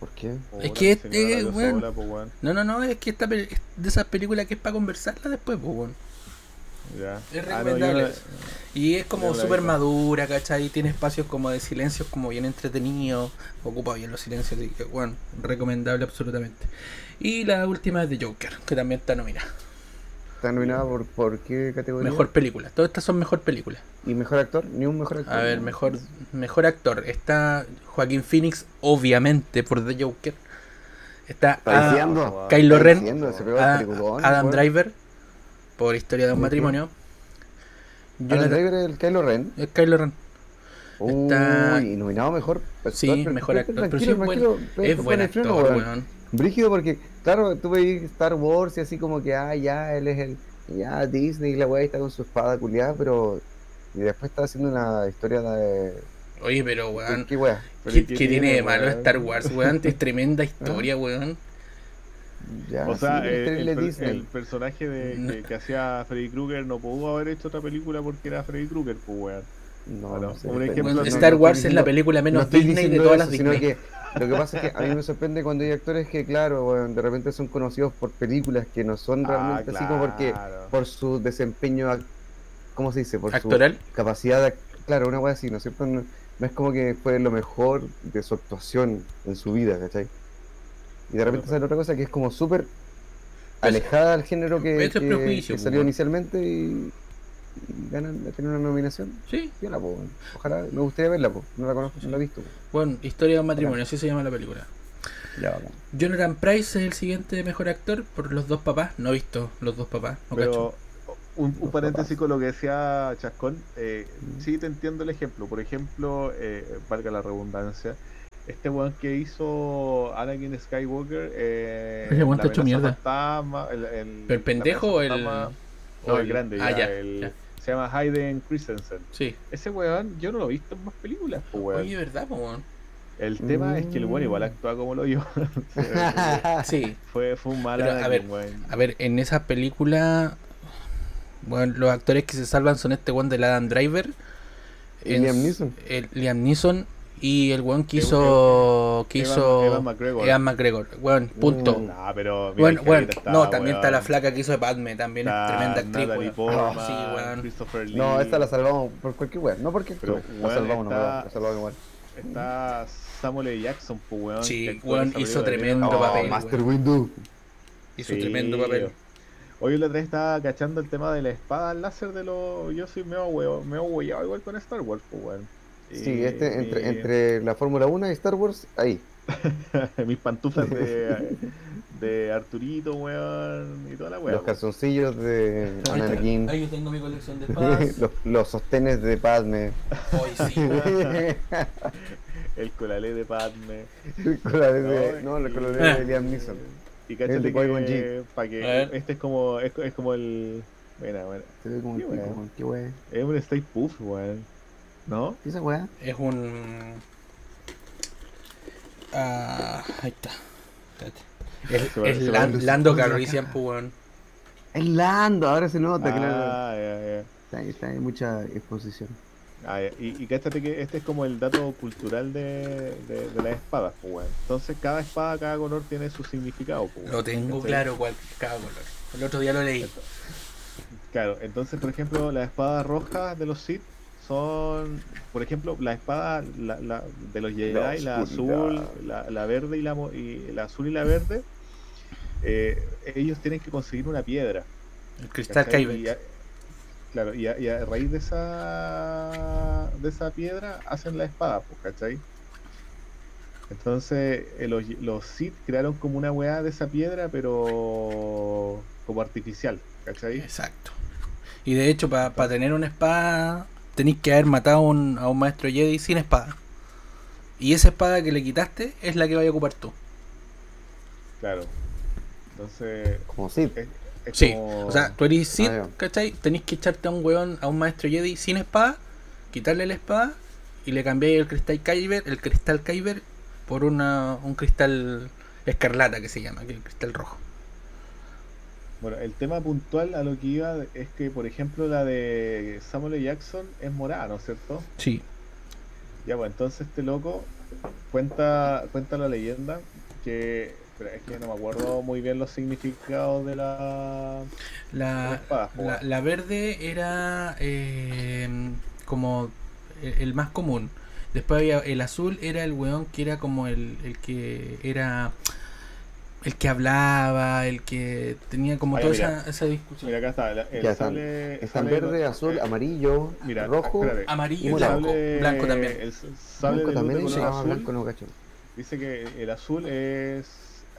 ¿por qué? Es que Hola, mi señora este, la vio weón. sola, pues, weón. No, no, no, es que esta pel- es de esas películas que es para conversarla después, pues, weón. Ya. Es Ah, no, yo recomendable. no- Y es Yo como la vi, súper no. madura, ¿cachai? Tiene espacios como de silencios como bien entretenidos, ocupa bien los silencios, así que, bueno, recomendable absolutamente. Y la última es de Joker, que también está nominada. ¿Está nominada por, por qué categoría? Mejor película, todas estas son mejor película. ¿Y mejor actor? Ni un mejor actor. A ver, mejor, mejor actor, está Joaquín Phoenix, obviamente, por The Joker. Está Está ah, diciendo. Kylo está Ren, diciendo, se pegó el ah, peliculón, Adam weón. Driver, por Historia de un ¿Por qué? matrimonio. Adam Jonathan- Driver es el Kylo Ren. eh, Kylo Ren. Está- Uy, y nominado mejor. actor, Sí, pero- mejor pero actor, pero sí Pues Tranquilo, es buen- tranquilo. pero Es pon buen el freno, actor, weón. Brígido porque, claro, tú veis Star Wars y así como que, ah, ya, él es el, ya, Disney, la weá está con su espada culiada, pero... Y después está haciendo una historia de... Oye, pero weón, ¿Qué weá? pero ¿qué, ¿qué qué tiene de tiene, malo weón? Star Wars, weón? Es tremenda historia, weón. Ya, O sea, Ah, eh, sí, este el, terrible el per- Disney. el personaje de, No. que, que hacía Freddy Krueger no pudo haber hecho otra película porque era Freddy Krueger, pues weón. No, Bueno, no sé, un pero- ejemplo- Weón, no, no Star estoy Wars es la diciendo- película no menos estoy Disney de diciendo todas eso, las Disney. Sino que lo que pasa es que a mí me sorprende cuando hay actores que, claro, weón, de repente son conocidos por películas que no son realmente así como porque claro. por su desempeño, ac- ¿cómo se dice? Por Actoral. su capacidad, de ac- claro, una wea así, ¿no es cierto? No, no es como que fue lo mejor de su actuación en su vida, ¿cachai? Y de repente sale otra cosa que es como súper alejada al género que, eso es que- prejuicio, que pues, salió weón. inicialmente y, y ganan de tener una nominación. Sí, Yo la puedo, ojalá, me gustaría verla, po. no la conozco, no la he visto. bueno, Historia de un matrimonio, así se llama la película. Ya, Jonathan Price es el siguiente mejor actor por Los dos papás. No he visto Los dos papás, no cacho. Pero un, un Los paréntesis papás. con lo que decía Chascón, eh, Mm. sí te entiendo el ejemplo. Por ejemplo, eh, valga la redundancia, Este weón que hizo Anakin Skywalker. Eh, Ese weón la está hecho amenaza mierda. fantasma, el, el, ¿Pero el pendejo la o el- amenaza fantasma- o No, el el- grande. ah, ya, ya, el- ya. Se llama Hayden Christensen. Sí. Ese weón yo no lo he visto en más películas. po, weón. Oye, mm. ¿verdad, po, weón? El tema es que el weón igual actúa como *laughs* lo *laughs* yo. Ah, Sí. fue, fue un mal Pero, a Anakin, ver, weón. A ver, en esa película. Bueno, los actores que se salvan son este weón del Adam Driver. Y en- Liam Neeson. el Liam Neeson. Y el weón que Ewan- hizo. Que Ewan- hizo. Ewan McGregor. Ewan McGregor. Weón, punto. Mm. Nah, pero. mira, Bueno, Angelita bueno, está, no, también está weón. la flaca que hizo de Batman, también Está es tremenda actriz, Natalie weón. Ah, Portman, Sí, weón. Christopher Lee. No, esta la salvamos por cualquier weón. No porque Pero, la weón, salvamos, no, está- la salvamos igual. Está Samuel L. Jackson, pues, weón. Sí, que actuó en weón, esa hizo película de tremendo Venom. Oh, papel, Master Windu. Hizo Sí. tremendo papel. Hoy la otra vez estaba cachando el tema de la espada láser de los. Yo soy medio huevo, medio hueveado igual con Star Wars, pues, weón. Sí, Y- este entre, y- entre la Fórmula 1 y Star Wars, ahí. *laughs* mis pantuflas *laughs* de, de Arturito, weón, y toda la pues. weón. Los calzoncillos de Ahí está. Anakin. *laughs* Ahí yo tengo mi colección de espadas. los, los sostenes de Padme. Hoy sí, weón. El colalé de Padme. Con la de- no, la y- con la de Eh. Liam Neeson. Y El cáchate de Qui-Gon que, Jinn. pa' que- A ver. este es como, es, es como el, bueno, bueno, Se ve como Qué el pico, weón. weón, qué weón. es un state puff, weón, ¿no? ¿Qué es esa weá? Es un. Ah, ahí está. Espérate. Se va- Es, se va Lan- a lucir Lando por la Calrissian, cara. pues, weón. Es Lando, ahora se nota, claro. Ah, ya, ya. Está, está, hay mucha exposición. Ah, ya. y, y cáchate que este es como el dato cultural de, de, de las espadas, pues, weón. Entonces cada espada, cada color tiene su significado, pues, weón. Lo tengo ¿Cachai? Oh, claro, cual, cada color. El otro día lo leí. Claro, entonces, por ejemplo, las espadas rojas de los Sith son, por ejemplo, la espada la- la- de los Jedi, la, La azul, oscuridad. la, la verde y la, mo- y la azul y la verde, eh, ellos tienen que conseguir una piedra. El cristal ¿cachai? Y Kyber. a- Claro, y a, y a raíz de esa, de esa piedra hacen la espada, pues, ¿cachai? Entonces, eh, los, los Sith crearon como una weá de esa piedra, pero como artificial, ¿cachai? Exacto. Y de hecho, para tener una espada, tenéis que haber matado a un, a un maestro Jedi sin espada. Y esa espada que le quitaste es la que vas a ocupar tú. Claro. Entonces, Como Sid. es, es Sí, como- o sea, tú eres Sith, Ah, ya. ¿cachai? Tenés que echarte a un weón, a un maestro Jedi sin espada, quitarle la espada y le cambiáis el cristal Kyber, el cristal Kyber por una, un cristal escarlata que se llama, que es el cristal rojo. Bueno, el tema puntual a lo que iba es que, por ejemplo, la de Samuel L. Jackson es morada, ¿no es cierto? Sí. Ya, pues entonces este loco cuenta, cuenta la leyenda que. espera, es que no me acuerdo muy bien los significados de la. La, espada, la, la verde era eh, como el, el más común. Después había el azul, era el weón que era como el, el que era el que hablaba, el que tenía como Ah, ya, toda mira. esa, esa discusión. Mira, acá está. la- el Ya están. sable, Están sable- verde, azul, eh, amarillo, mira, rojo. espérate. Amarillo y Y blanco. sable- Blanco también. El sable Blanco de luz de también. color Sí, ah, azul. blanco no cacho. Dice que el azul es,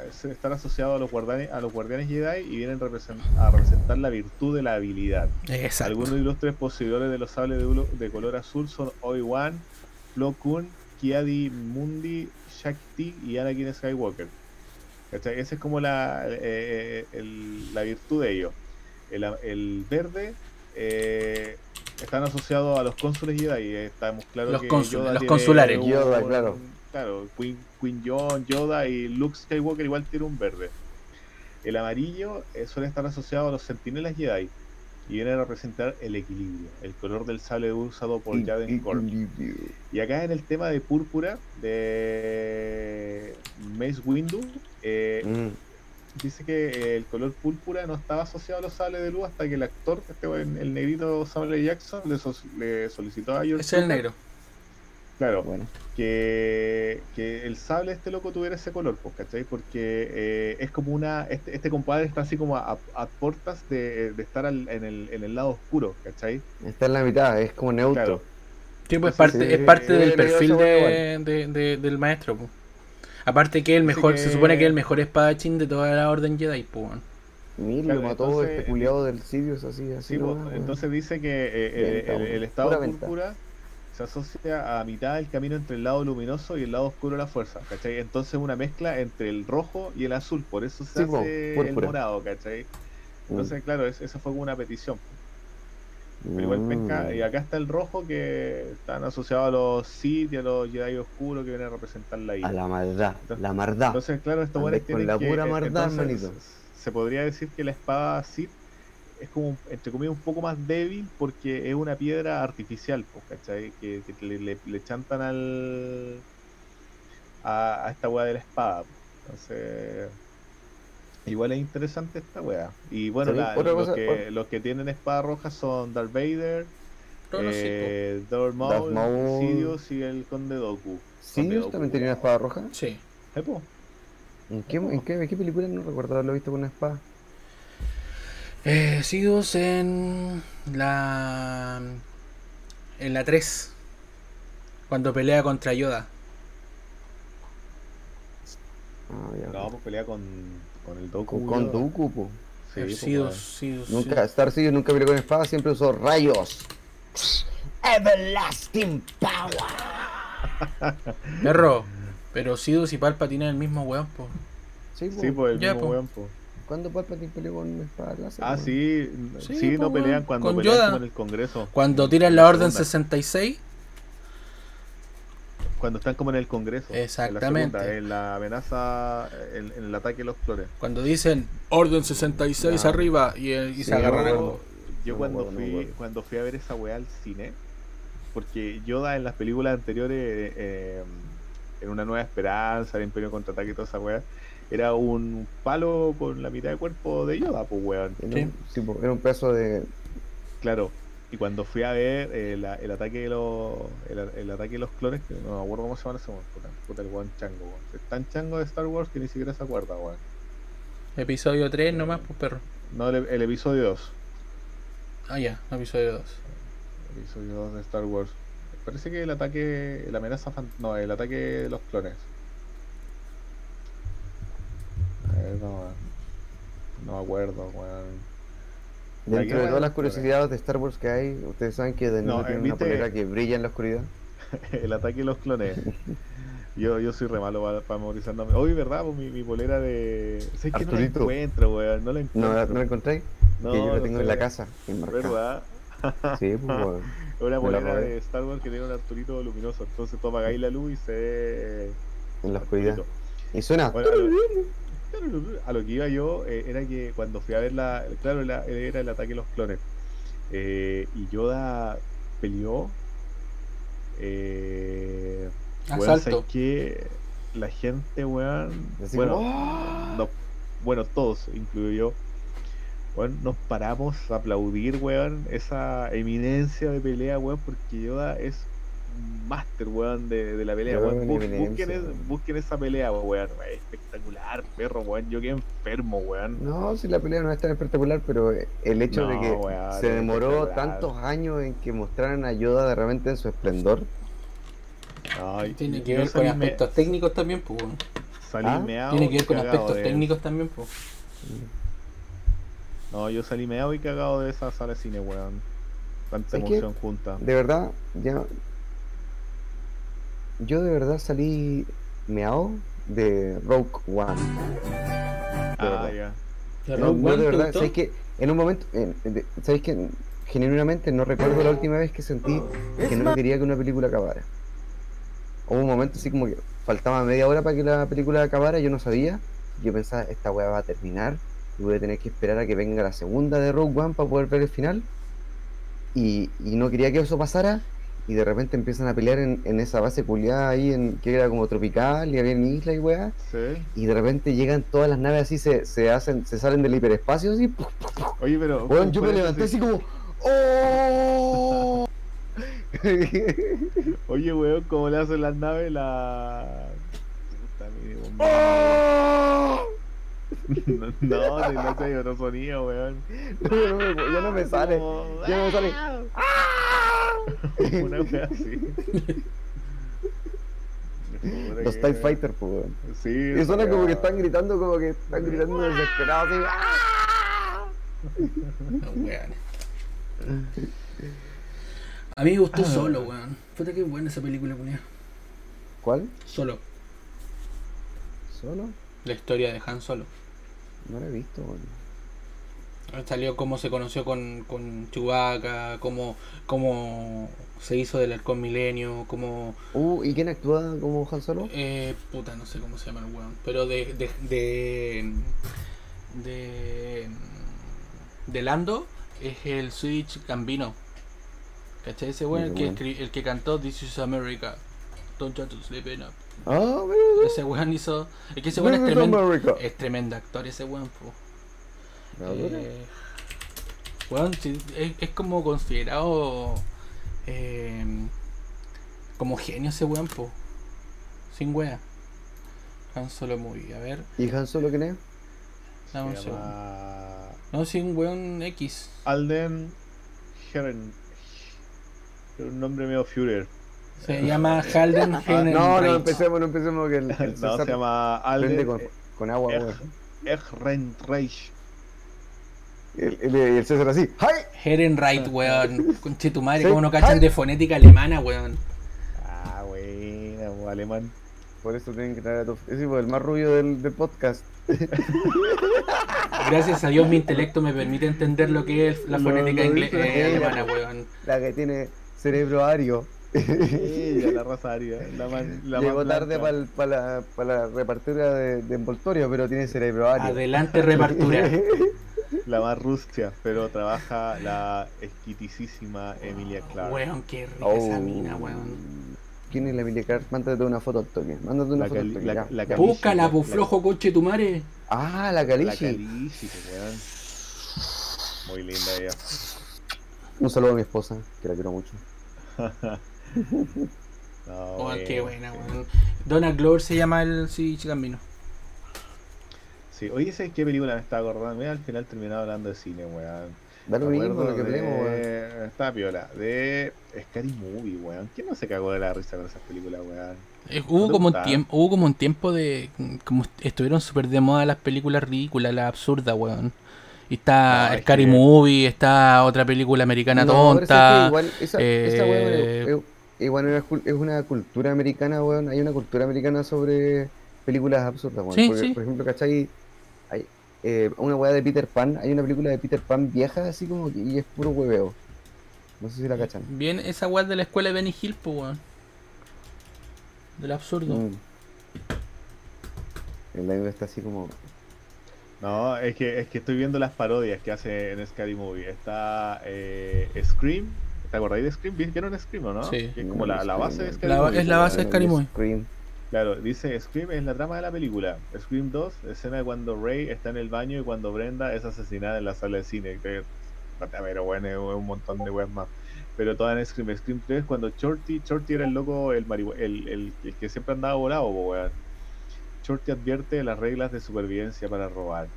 es estar asociado a los guardianes, a los guardianes Jedi y vienen represen- a representar la virtud de la habilidad. Exacto. Algunos de los tres poseedores de los sables de, ulo- de color azul son Obi-Wan, Plo Koon, Kiadi Mundi, Shakti y Anakin Skywalker. ¿Cachai? Esa es como la, eh, el- la virtud de ellos. El, a- el verde eh, están asociados a los cónsules Jedi. Eh, Estamos claros Los que cónsules, Yoda los tiene consulares. un- Yoda, claro. Claro, Queen, Queen John, Yoda y Luke Skywalker igual tiene un verde. El amarillo eh, suele estar asociado a los sentinelas Jedi y viene a representar el equilibrio, el color del sable usado por Mm, Jaden Korn. Equilibrio. Y acá en el tema de púrpura de Mace Windu, eh, Mm. dice que eh, el color púrpura no estaba asociado a los sables de luz hasta que el actor, este, weón, el negrito Samuel L. Jackson, le, so- le solicitó a Ese George es el Lucas- negro. Claro, Bueno. que, que el sable de este loco tuviera ese color, pues, ¿cachai? Porque eh, es como una. Este, este compadre está así como a, a puertas de, de estar al- en, el, en el lado oscuro, ¿cachai? Está en la mitad, es como neutro. Sí, pues, es Sí, parte, sí, es parte sí, del sí, perfil ese de, weón. de- de- del maestro. po. Aparte que el Dice mejor, que- se supone que es el mejor espadachín de toda la orden Jedi, po, weón. Mil Claro, lo mató entonces- eh, este culiado del Sidious así, así. Sí, nomás, pues, weón. entonces dice que eh, eh, Venta, el, el weón. estado Pura venta. púrpura se asocia a mitad del camino entre el lado luminoso y el lado oscuro de la fuerza, ¿cachai? Entonces una mezcla entre el rojo y el azul, por eso se Sí, po, hace el púrpura. Mm. morado, ¿cachai? Entonces, claro, es- esa fue como una petición. Pero igual Mm. pesca, y acá está el rojo que están asociados a los Sith y a los Jedi oscuros que vienen a representar la A isla. la maldad, la maldad. Entonces, claro, estos Andai buenos con tienen la que- pura maldad, entonces, hermanito. Se podría decir que la espada Sith es como, entre comillas, un poco más débil porque es una piedra artificial, po, ¿cachai? Que, que le, le- le chantan al. a, a esta weá de la espada. po. Entonces. Igual es interesante esta weá. Y bueno, ¿Sabéis? la- Otra los, cosa- que, otra- los que tienen espada roja son Darth Vader, Todos los cinco. eh, Darth Darth Maul, Maul. Sidious y el Conde Doku. ¿Sirius también tenía una espada roja? Sí. ¿En qué, en qué, en qué película no recuerdo haberlo visto con una espada? Eh, Sidious en la. En la 3. Cuando pelea contra Yoda. Ah, ya. No, pues pelea con, con el Doku. con, con Dooku, po. Sí, Eh, pues, Sidious, weón. Sidious, Nunca, Star Sirius nunca peleó con espada, siempre usó rayos. Everlasting Power. Sidious. Perro. Pero Sidious y Palpatine es el mismo weón, po. Sí, po. Sí, pues el Ya, mismo po. weón, po. ¿Cuándo Palpatine peleó con una espada láser? Ah, weón? sí, sí, Sí, no pues, pelean weón, cuando con pelean Yoda. como en el Congreso. Cuando tiran la Orden segunda. 66, Cuando están como en el Congreso. en la Exactamente. segunda, En la, amenaza, en, en el ataque de los flores. cuando dicen Orden 66 Ya. arriba y, eh, y Sí, se agarran a weón. combo. Yo, No yo me cuando, acuerdo, no me fui, acuerdo. cuando fui a ver esa weá al cine, porque Yoda en las películas anteriores, eh, en Una Nueva Esperanza, el Imperio Contraataque y toda esa weá, era un palo con la mitad de cuerpo de Yoda, pues weón. Era, Sí. Un, sí, po, era un pedazo de. Claro. Y cuando fui a ver eh, la- el, ataque de los el, el ataque de los clones, que no me acuerdo cómo se llama ese weón, puta, puta, el weón chango, weón. Es tan chango de Star Wars que ni siquiera se acuerda, weón. Episodio 3 nomás, pues perro. No, el, el episodio 2. Ah, ya, episodio 2. El episodio 2 de Star Wars. Parece que el ataque, la amenaza, fan- no, el ataque de los clones. A ver, no, no me acuerdo, weón. La Dentro de guerra todas de las los curiosidades de Star Wars que hay, ustedes saben que Daniel No, tiene viste- una polera que brilla en la oscuridad. *laughs* El ataque de los clones. Yo, yo soy re malo para memorizar nombres. Hoy, ¿verdad? Pues mi, mi polera de. sé que no la Arturito. encuentro, weón. No la ¿No, la- encuentro. no la encontré? No, que yo la no tengo sé, en la casa, enmarcada. ¿Verdad? Sí, pues, *laughs* weón. Es ah, Me Una la polera robé. de Star Wars que tiene un Arturito luminoso. Entonces tú apagáis la luz y se ve. en la oscuridad. Arturito. Y suena. Bueno, a, lo, a lo que iba yo eh, era que cuando fui a ver la. Claro, la- era el ataque de los clones. Eh, y Yoda peleó. Eh, Ah, Weón, Asalto. ¿sabes qué? la gente, weón. Así Bueno, como, "¡Ah!". no- bueno, todos, incluido yo. Weón, nos paramos a aplaudir, weón, esa eminencia de pelea, weón, porque Yoda es un máster, weón, de, de la pelea, Yoda es weón. una Bus- busquen, eminencia, es- weón. busquen esa pelea, weón. Es espectacular, perro, weón. Yo quedé enfermo, weón. No, si la pelea no es tan espectacular, pero el hecho de No, que weón, se es demoró espectacular. tantos años en que mostraran a Yoda de repente en su esplendor. Ay, Tiene que yo ver con salí me- aspectos técnicos también, pues. weón. salí ¿Ah? meado Tiene que y ver con cagado aspectos de- técnicos también, pues. No, yo salí meado y cagado de esa sala de cine, weón. Tanta ¿Sabes qué? emoción junta. De verdad, ya. Yo de verdad salí meao de Rogue One. Ah, verdad. ya. ¿De No, yo de verdad, sabéis que en un momento, en- de- sabéis que genuinamente no recuerdo la última vez que sentí que no quería que una película acabara. Hubo un momento así como que faltaba media hora para que la película acabara, yo no sabía. Yo pensaba, esta weá va a terminar y voy a tener que esperar a que venga la segunda de Rogue One para poder ver el final. Y, y no quería que eso pasara. Y de repente empiezan a pelear en, en esa base culiada ahí, en, que era como tropical y había en isla y weá Sí. y de repente llegan todas las naves así, se, se hacen, se salen del hiperespacio así. ¡puf! Oye, pero. Weón, yo ¿cuál me es levanté ese- así como. ¡Oh! *laughs* Oye, weón, ¿cómo le hacen las naves la. Puta, mire, bomba. ¡Oh! No, *laughs* no, si no hay otro sonido, weón. No, no me- ya no me sale. Como- "Ah", Ya no me sale. Una wea *laughs* así. Puta Los que- TIE Fighter, pues, weón. Sí. Y suena esa como que wea. están gritando, como que están gritando desesperados así. ¡ah! No, weón. A mí me gustó solo, weón. Puta que buena esa película, culiao. ¿Cuál? Solo. ¿Solo? La historia de Han Solo. No la he visto, weón. Salió cómo se conoció con, con Chewbacca, cómo, cómo se hizo del halcón milenio, cómo... Uh, ¿y quién actúa como Han Solo? Eh, puta, no sé cómo se llama el weón. Pero de... de... de... de, de Lando es el Switch Gambino. ¿Cachai? Ese weón, el Ese que, weón. escri- el que cantó This is America. Don't try to sleep it up. Ah, mira, Ese weón hizo... Es que ese weón es This is tremendo... Eh, America. Es tremendo actor ese weón, po. ¿La dura? Eh, weón, sí, es, es como considerado eh, como genio ese weón, po. Sin wea. Han solo movie, a ver. ¿Y Han Solo quién es? Dame un Se segundo. llama No, sin weón X. Ah, Alden Heren. Un nombre medio Führer. Se llama *laughs* Halden Ah, Henry. no, no empecemos, no empecemos que el, el *laughs* No, César se llama prende Alden E- con, con agua, Ej- weón. Ehrenreich. El, el, el César así. ¡Ay! *laughs* Herenreich, weón. Conche tu madre, Sí. como no cachan Ay. de fonética alemana, weón. Ah, buena, *laughs* un alemán. Por eso tienen que traer a tu. Ese fue el más rubio del, del podcast. Gracias a Dios mi intelecto me permite entender lo que es la Lo- fonética lo ingle- hizo eh, ella. alemana, weón. La que tiene cerebro ario. Ella, la raza aria. La man, la más Llegó tarde blanca. para la, pa' la repartida de, de envoltorio, pero tiene cerebro ario. Adelante, *laughs* repartura. La más rustia, pero trabaja la exquitisísima Emilia Clarke. Weón, qué rica Oh. esa mina, weón. ¿Quién es la Emilia Clarke? Mándate una foto al toque. Mándate una La foto al Cali- toque. la- ya. la Ya. Uh, Cali- Búscala, buflojo, coche tu madre. Ah, la La Calichi. Calici, pues, weón. Muy linda Un saludo a mi esposa, que la quiero mucho. ella. No, Oh, qué bueno, buena, sí. weón. Donald Glover se llama el sí, chicambino. Sí, oye, ¿sabes qué película me estaba acordando? Mira, al final terminaba hablando de cine, weón. Da lo Me mismo acuerdo lo que hablemos, weón. de... Está piola. De Scary Movie, weón. ¿Quién no se cagó de la risa con esas películas, weón? Eh, hubo, ¿No te como un gustaba? tiempo, hubo como un tiempo de. Como est- estuvieron súper de moda las películas ridículas, las absurdas, weón. Y está No, es Scary que- Movie, está otra película americana No, pero sabes que tonta. igual, esa, esa weón eh, es- es- igual es una cul- es una cultura americana, weón. Hay una cultura americana sobre películas absurdas, weón. Sí, Porque, sí. Por ejemplo, ¿cachai? Hay, eh, una weá de Peter Pan. Hay una película de Peter Pan vieja, así como, que- y es puro hueveo. No sé si la cachan. Bien, esa weón de la escuela de Benny Hill, po, weón. Del absurdo. Mm. El live está así como. No, es que, es que estoy viendo las parodias que hace en Scary Movie. Está eh, Scream. ¿Te acordáis de Scream? ¿Vi- ¿Vieron Scream o no? Sí. Que es como la, la base de Scary La- Movie. es la base de Scary Movie. Scream. Claro, dice Scream es la trama de la película. Scream 2, escena de cuando Ray está en el baño y cuando Brenda es asesinada en la sala de cine. Que, a ver, bueno, es un montón de weas más. Pero todas en Scream. Scream 3, cuando Shorty, Shorty era el loco, el, marihue- el, el, el que siempre andaba volado, po, weón. Shorty advierte las reglas de supervivencia para robar.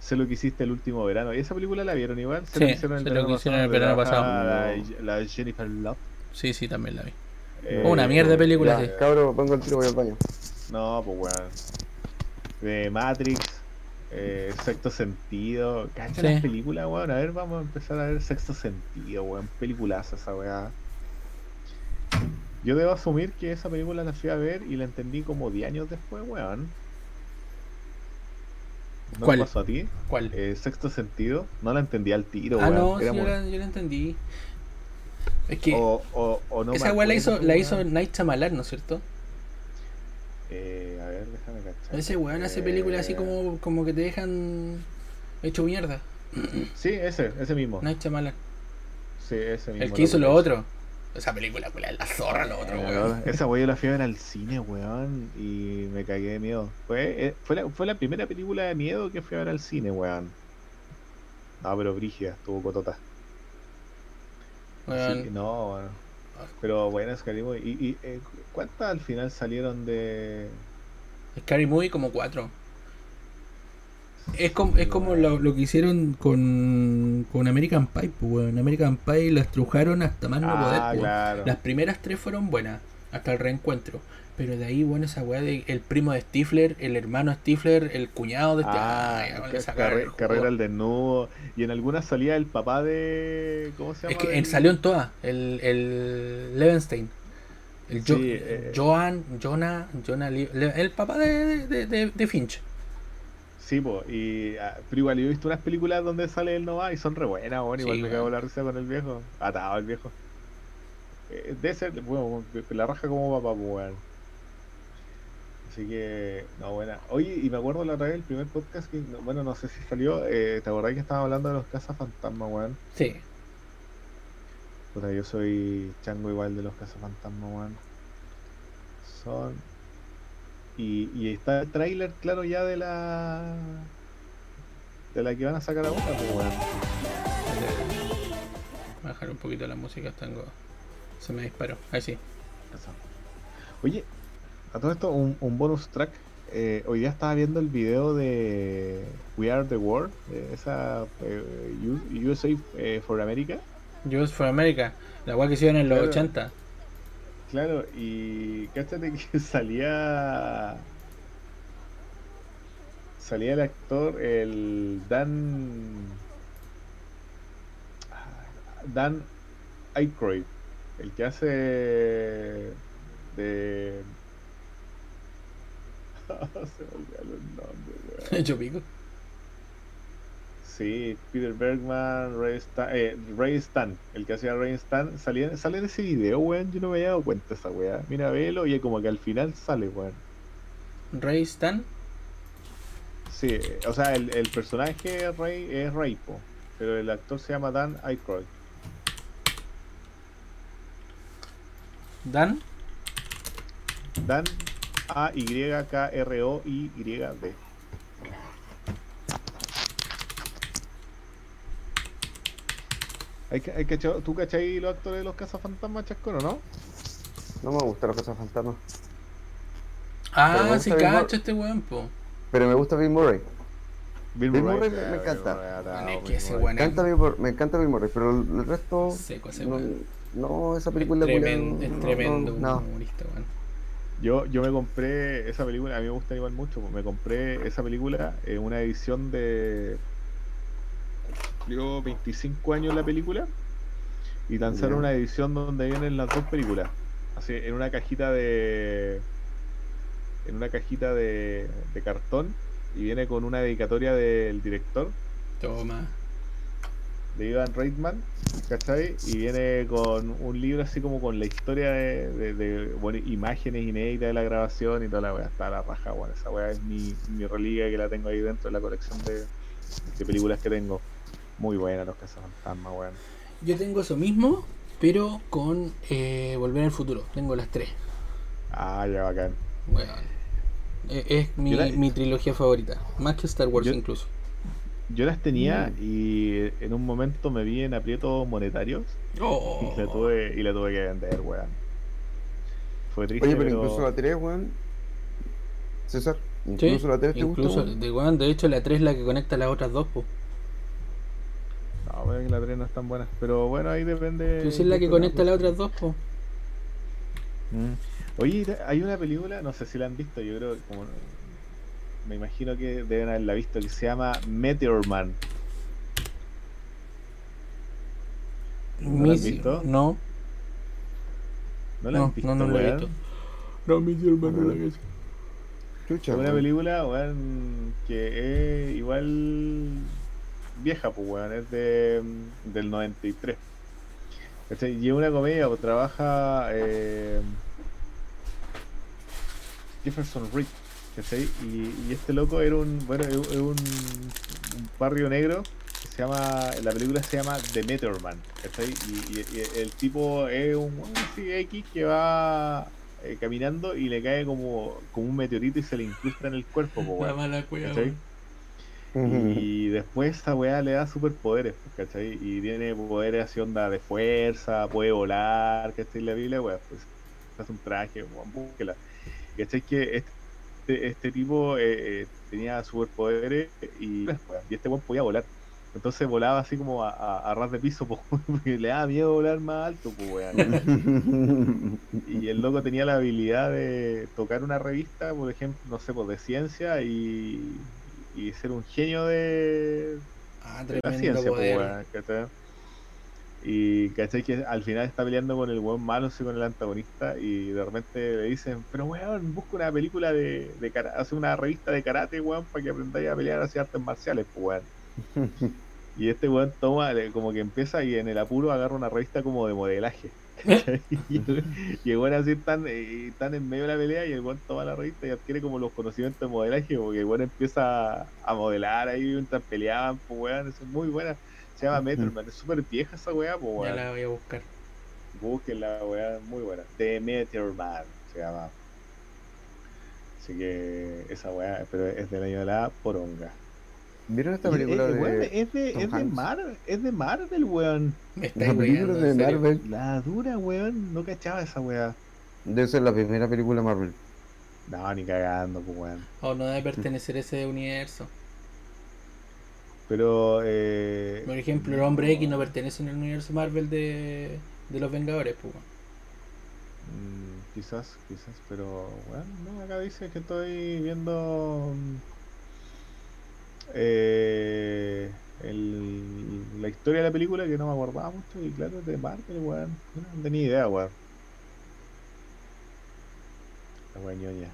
Sé lo que hiciste el último verano. ¿Y esa película la vieron igual? Sé Sí, sé lo que hicieron el verano donde pasado. trabaja La, la Jennifer Love. Sí, sí, también la vi. Eh, Una mierda de película, Ya, sí. Cabro, pongo el tiro, voy al baño. No, pues weón. De Matrix, eh, Sexto Sentido. ¿Cachan Sí. las películas, weón? A ver, vamos a empezar a ver Sexto Sentido, weón. Peliculaza esa weá. Yo debo asumir que esa película la fui a ver y la entendí como 10 años después, weón. ¿No ¿Cuál? te pasó a ti? ¿Cuál? Eh, sexto Sentido. No la entendí al tiro, Ah, weón. no, sí, Era yo muy- la, yo la entendí. Es que o, o, o no me esa weá la hizo, acuerdo, la hizo weón. Night Shyamalan, ¿no es cierto? Eh, a ver, déjame cachar. Ese weón hace películas así Eh, como, como que te dejan hecho mierda. Sí, ese, ese mismo. Night Shyamalan. Sí, ese mismo. El que hizo loco. lo otro. Esa película, culiao, la zorra, lo otro, weón. Weón, Esa weá yo la fui a ver al cine, weón, y me cagué de miedo. Fue, eh, fue, la, fue la primera película de miedo que fui a ver al cine, weón. No, pero brígida, estuvo cotota. Así Weón, que no, weón. Pero bueno, Scary Movie. ¿Y, y eh, cuántas al final salieron de...? Scary Movie como cuatro. Es como, es como lo, lo que hicieron con, con American Pie, pues, weón. American Pie las trujaron hasta más no poder, Ah, pues. claro. Las primeras tres fueron buenas, hasta el reencuentro. Pero de ahí, bueno, esa weá de el primo de Stifler, el hermano Stifler, el cuñado de Stifler. Ah, ya, bueno, ca- esa carre- weá, el carrera juego. al desnudo. Y en alguna salida el papá de. ¿Cómo se llama? Es que del- él salió en todas, el, el Levenstein. El Jo- Sí, eh, Joan, Jonah, Jonah Lie- Le- el papá de, de, de- de Finch. Sí, po, y, ah, pero igual yo he visto unas películas donde sale él nomás y son re buenas, bueno, igual Sí, me weón. cago en la risa con el viejo. Atado el viejo. Eh, debe ser, bueno, la raja como papá, pues, weón. Así que, no, buena. Oye, y me acuerdo la otra vez, el primer podcast que, no- bueno, no sé si salió, eh, ¿te acordás que estábamos hablando de los cazafantasmas, weón? Sí. Puta, yo soy chango igual de los cazafantasmas, weón. Son. Y, y está el tráiler, claro, ya de la. De la que van a sacar ahora, pues, weón. Bajar un poquito la música, tengo. Se me disparó. Ahí sí. Eso. Oye, a todo esto, un, un bonus track. Eh, hoy día estaba viendo el video de We Are the World, eh, esa eh, U- USA eh, for America. Just for America, la weá que hicieron en los Claro. 80. Claro, y cáchate que *laughs* salía. Salía el actor, el Dan. Dan Aykroyd, el que hace. de. *laughs* Se me olvidaron los nombres, *laughs* weón. Yo pico. Sí, Peter Bergman, Ray Stan, eh, Ray Stan, el que hacía Ray Stan, salía, sale en ese video, weón. Yo no me había dado cuenta de esa weá. Mira, velo y como que al final sale, weón. Ray Stan. Sí, eh, o sea, el, el personaje Ray es Ray, po, pero el actor se llama Dan Aykroyd. Dan. Dan A-Y-K-R-O-Y-D. Hay, ca- hay cachado- ¿Tú cachai los actores de los cazafantasmas, Chascón, o no? No me gustan los cazafantasmas. Pero Ah, me sí, gusta cacho Bill Mur- este weón, po. Pero me gusta Bill Murray. Bill Bill Murray, Murray me- me ah, Bill encanta. Murray, ah, Bueno, es que Bill ese Murray. Me weón es encanta Bill Mur- me encanta Bill Murray, pero el el resto. seco ese No, weón. no, esa Es película culiao, pues, tremendo, es no, tremendo No, no. humorista, weón. Yo, yo me compré esa película, a mí me gusta igual mucho, pues me compré esa película en una edición de... Cumplió 25 años la película y lanzaron Ya. una edición donde vienen las dos películas. Así, en una cajita de... En una cajita de, de cartón y viene con una dedicatoria del director Toma. de Ivan Reitman, ¿cachai? Y viene con un libro así como con la historia de, de- de, bueno, imágenes inéditas de la grabación y toda la weá. Está la raja, weón. Esa weá es mi, mi reliquia que la tengo ahí dentro de la colección de, de películas que tengo. Muy buena los cazafantasmas, weón. Yo tengo eso mismo, pero con eh, Volver al Futuro. Tengo las tres. Ah, ya bacán. Weón. Eh, Es mi, Yo la- mi trilogía favorita. Más que Star Wars Yo- incluso. Yo las tenía Mm. y en un momento me vi en aprietos monetarios Oh. y, la tuve, y la tuve que vender, weón. Fue triste, Oye, pero incluso la 3, weón. César, Sí, incluso la 3 te incluso, gusta. weón? de, weón, de hecho la 3 es la que conecta a las otras dos, po. No, weón, que la 3 no es tan buena. Pero bueno, ahí depende. Pero si es la que depende de conecta a las persona. otras dos, po. Mm. Oye, te- hay una película, no sé si la han visto, yo creo que como me imagino que deben haberla visto, que se llama Meteor Man. ¿No la has Mis- visto? No, ¿No la no, han visto? no, no la he weón? Ah, visto. No, mi hermano la visto. Chucha, Es una weón. película, weón, que es igual vieja, pues, weón, es de, mm, del 93. ¿Cachai? Y es una comedia, pues, trabaja eh, Jefferson Rick, ¿cachai? Y, y este loco era un, bueno, es es un, un barrio negro que se llama, la película se llama The Meteor Man, ¿cachai? Y, y- y el tipo es un, weón así X que va eh, caminando y le cae como, como un meteorito y se le incrusta en el cuerpo, po, La weón. mala cueva, ¿Cachai? weón. *laughs* Y después esa weá le da superpoderes, pues, ¿cachai? Y tiene poderes así onda de fuerza, puede volar, ¿cachai? La Biblia, weá, pues hace un traje, weón, búsquela. ¿Cachai? Que este, este tipo eh, eh, tenía superpoderes y, y este weón podía volar. Entonces volaba así como a, a- a ras de piso, *laughs* po, porque le daba miedo volar más alto, po, weón. Y el loco tenía la habilidad de tocar una revista, por ejemplo, no sé, pues de ciencia y, y ser un genio de, Ah, de la tremendo ciencia, po, poder. weón, ¿cachai? Y cachai que al final está peleando con el weón malo, sí, con el antagonista, y de repente le dicen, pero weón, busca una película de, de kara- hace una revista de karate, weón, para que aprendáis a pelear hacia artes marciales, po, weón. *laughs* Y este weón toma, le- como que empieza y en el apuro agarra una revista como de modelaje. ¿cachai? *laughs* y el- y el weón así están, eh, están en medio de la pelea y el weón toma la revista y adquiere como los conocimientos de modelaje, porque el weón empieza a modelar ahí mientras peleaban, pues weón, eso es muy buena. Se llama Ujú. Metro, Man, es súper vieja esa weá, pues Ya weón. la voy a buscar. Búsquenla, weá, muy buena. The Meteor Man se llama. Así que esa weá, pero es del año de la poronga. ¿Vieron esta Y- película eh, weón, de.? es de, Tom es de Hanks? Marvel, es de Marvel, weón. Me estáis La película weando, de en serio. Marvel. La dura, weón, no cachaba esa weá. Debe ser la primera película Marvel. No, ni cagando, pues weón. O no debe pertenecer a ese universo. Pero, eh, Por ejemplo, el hombre X no pertenece en el universo Marvel de, de los Vengadores, pues. weón. Mm, Quizás, quizás, pero bueno, no, acá dice que estoy viendo mm, eh, el- la historia de la película que no me acordaba mucho y claro, es de Marvel, weón. Yo No tenía idea, weón. La weá ñoña.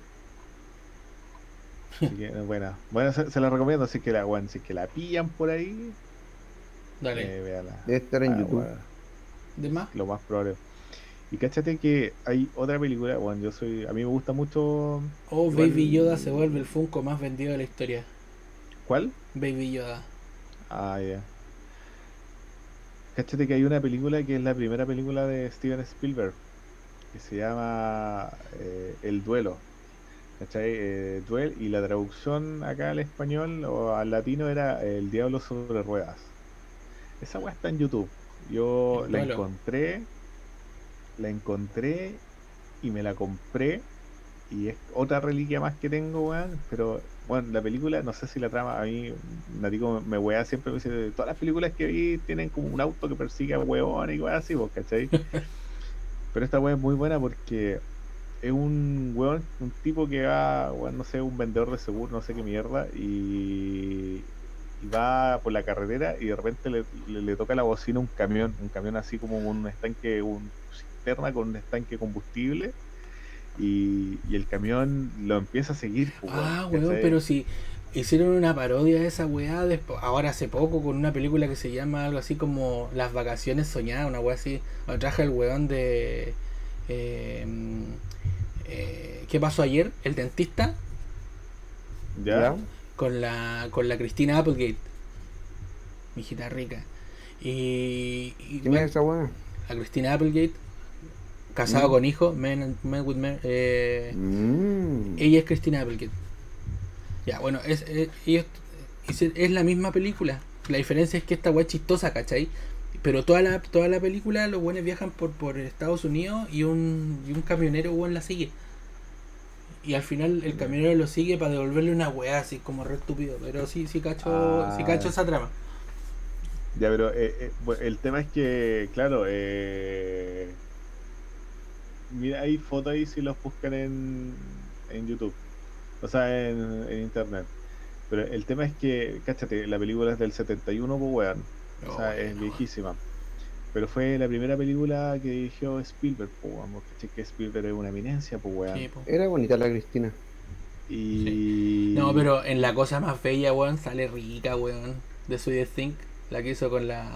Así que, *laughs* eh, buena. Bueno, se, se la recomiendo, así que la weón, si es que la pillan por ahí, Dale. eh, véanla. Debe estar en Ah, YouTube. weón ¿De más? lo más probable. Y cáchate que hay otra película, bueno, yo soy, a mí me gusta mucho, Oh, Igual- Baby Yoda se vuelve el Funko más vendido de la historia. ¿cuál? Baby Yoda. Ah, ya. Cáchate que hay una película que es la primera película de Steven Spielberg, que se llama eh, El Duelo. ¿Cachai? Eh, Duel, y la traducción acá al español o al latino era eh, El Diablo sobre Ruedas. Esa weá está en YouTube. Yo El la Duelo. encontré, la encontré y me la compré. Y es otra reliquia más que tengo, weón. Pero, bueno, la película, no sé si la trama, a mí, Natico me wea siempre, me dice, todas las películas que vi tienen como un auto que persigue a weón y weón así, vos, ¿cachai? Pero esta wea es muy buena porque es un weón, un tipo que va, weón, no sé, un vendedor de seguro, no sé qué mierda, y, y va por la carretera y de repente le, le- le toca la bocina un camión, un camión así como un estanque, un cisterna con un estanque de combustible. Y, y el camión lo empieza a seguir. pues, Ah, weón, weón, ¿cachai? pero si hicieron una parodia de esa weá despo- ahora hace poco con una película que se llama algo así como Las vacaciones soñadas, una weá así. Donde traje el weón de. eh, mm, eh, ¿Qué pasó ayer? El dentista ¿Ya? con la, con la Cristina Applegate, mi hijita rica. Y, y ¿Quién es esa buena? a Cristina Applegate, casado Mm. con hijo, men, and- men with men, eh, Mm. ella es Cristina Applegate. Ya, bueno, es, es, ellos- es, es la misma película. La diferencia es que esta weá es chistosa, ¿cachai? Pero toda la, toda la película los buenos viajan por, por Estados Unidos y un, y un camionero weón la sigue. Y al final el camionero lo sigue para devolverle una weá así como re estúpido. Pero sí, sí cacho, sí Ah. cacho esa trama. Ya, pero eh, eh, bu- el tema es que, claro, eh, mira, hay fotos ahí si los buscan en, en YouTube, o sea, en, en internet. Pero el tema es que, cáchate, la película es del 71, pues, weón. O sea, Oh, es viejísima. Pero fue la primera película que dirigió Spielberg, pues, weón. vos cachai que Spielberg es una eminencia, pues, weón. Sí, po. Era bonita la Cristina. Y... No, pero en la cosa más bella, weón, sale rica, weón. De Sweet Think, la que hizo con la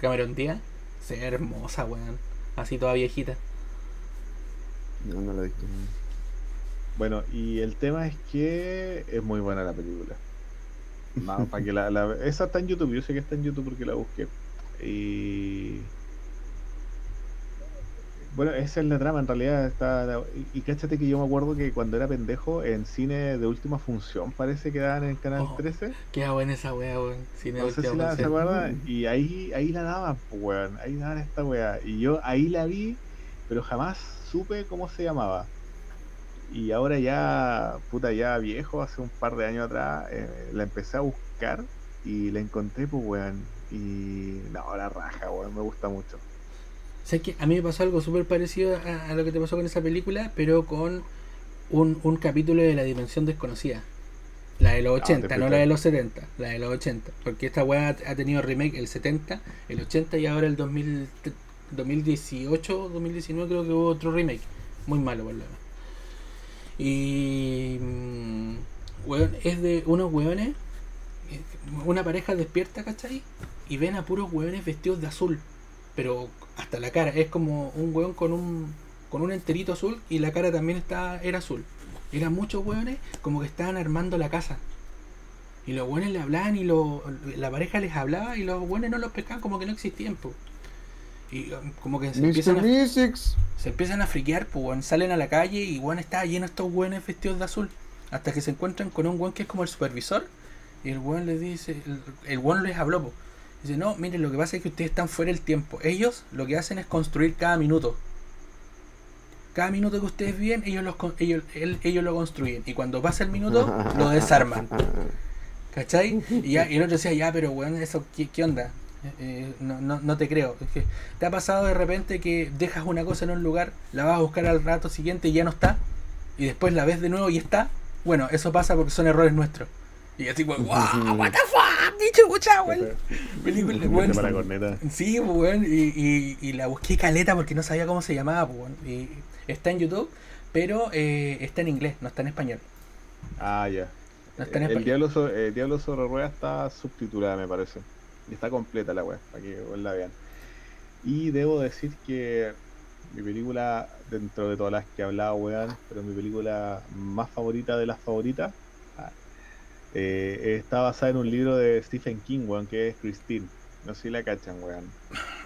Cameron Díaz. Se ve hermosa, weón. Así toda viejita. No, no la he visto. Bueno, y el tema es que es muy buena la película. No, para que la, la- Esa está en YouTube, yo sé que está en YouTube porque la busqué. Y. Bueno, esa es la trama, en realidad está. Y, y cáchate que yo me acuerdo que cuando era pendejo, en cine de última función, parece que daban en el canal Oh, 13. Qué buena esa weá, weón. Sin No sé si la se Mm. acuerdan. Y ahí, ahí la daban, pues, weón. Ahí daban esta weá. Y yo ahí la vi, pero jamás supe cómo se llamaba. Y ahora ya, puta, ya viejo, hace un par de años atrás, eh, la empecé a buscar Y la encontré, pues, weón. Y. No, la raja, weón. Me gusta mucho. ¿Sabes qué? A mí me pasó algo súper parecido a, a lo que te pasó con esa película, pero con un, un capítulo de La Dimensión Desconocida. La de los Ah, te 80, no fuiste. la de los 70, la de los 80. Porque esta weá ha- ha tenido remake el 70, el 80 y ahora el 2000, 2018, 2019 creo que hubo otro remake. Muy malo, por lo demás. Y... mm, weón, es de unos weones, eh, una pareja despierta, ¿cachai? Y ven a puros weones vestidos de azul, pero hasta la cara. Es como un weón con un, con un enterito azul y la cara también está, era azul. Eran muchos hueones como que estaban armando la casa. Y los hueones le hablaban y lo- la pareja les hablaba y los hueones no los pescaban como que no existían, po. Y um, como que se empiezan, Mr. a, Musics. se empiezan a friquear, pues, weón. Salen a la calle y, weón, está lleno de estos weones vestidos de azul. Hasta que se encuentran con un weón que es como el supervisor. Y el weón les dice, el, el weón les habló, po. Dice, no, miren, lo que pasa es que ustedes están fuera del tiempo. Ellos lo que hacen es construir cada minuto. Cada minuto que ustedes viven, ellos, los, con- ellos, él- ellos lo construyen. Y cuando pasa el minuto, lo desarman. Ah. ¿Cachai? Y, ya, y el otro decía, ya, pero weón, eso, ¿qué, qué onda? Eh, no, no, no te creo. Es que, ¿Te ha pasado de repente que dejas una cosa en un lugar, la vas a buscar al rato siguiente y ya no está? Y después la ves de nuevo y está. Bueno, eso pasa porque son errores nuestros. Y así, weón, wow, what the fuck, bicho, pucha, weón. Película, Vete weón. para la corneta. Sí, pues, weón, y, y- y la busqué caleta porque no sabía cómo se llamaba, pues, weón. Y está en YouTube, pero eh, está en inglés, no está en español. Ah, ya. No está en el, español. Diablo sobre, el Diablo sobre Ruedas está subtitulada, me parece. Y está completa la web, para que la vean. Y debo decir que mi película, dentro de todas las que hablaba, weón, pero mi película más favorita de las favoritas, ah, eh, está basada en un libro de Stephen King, weón, que es Christine. No sé si la cachan, weón.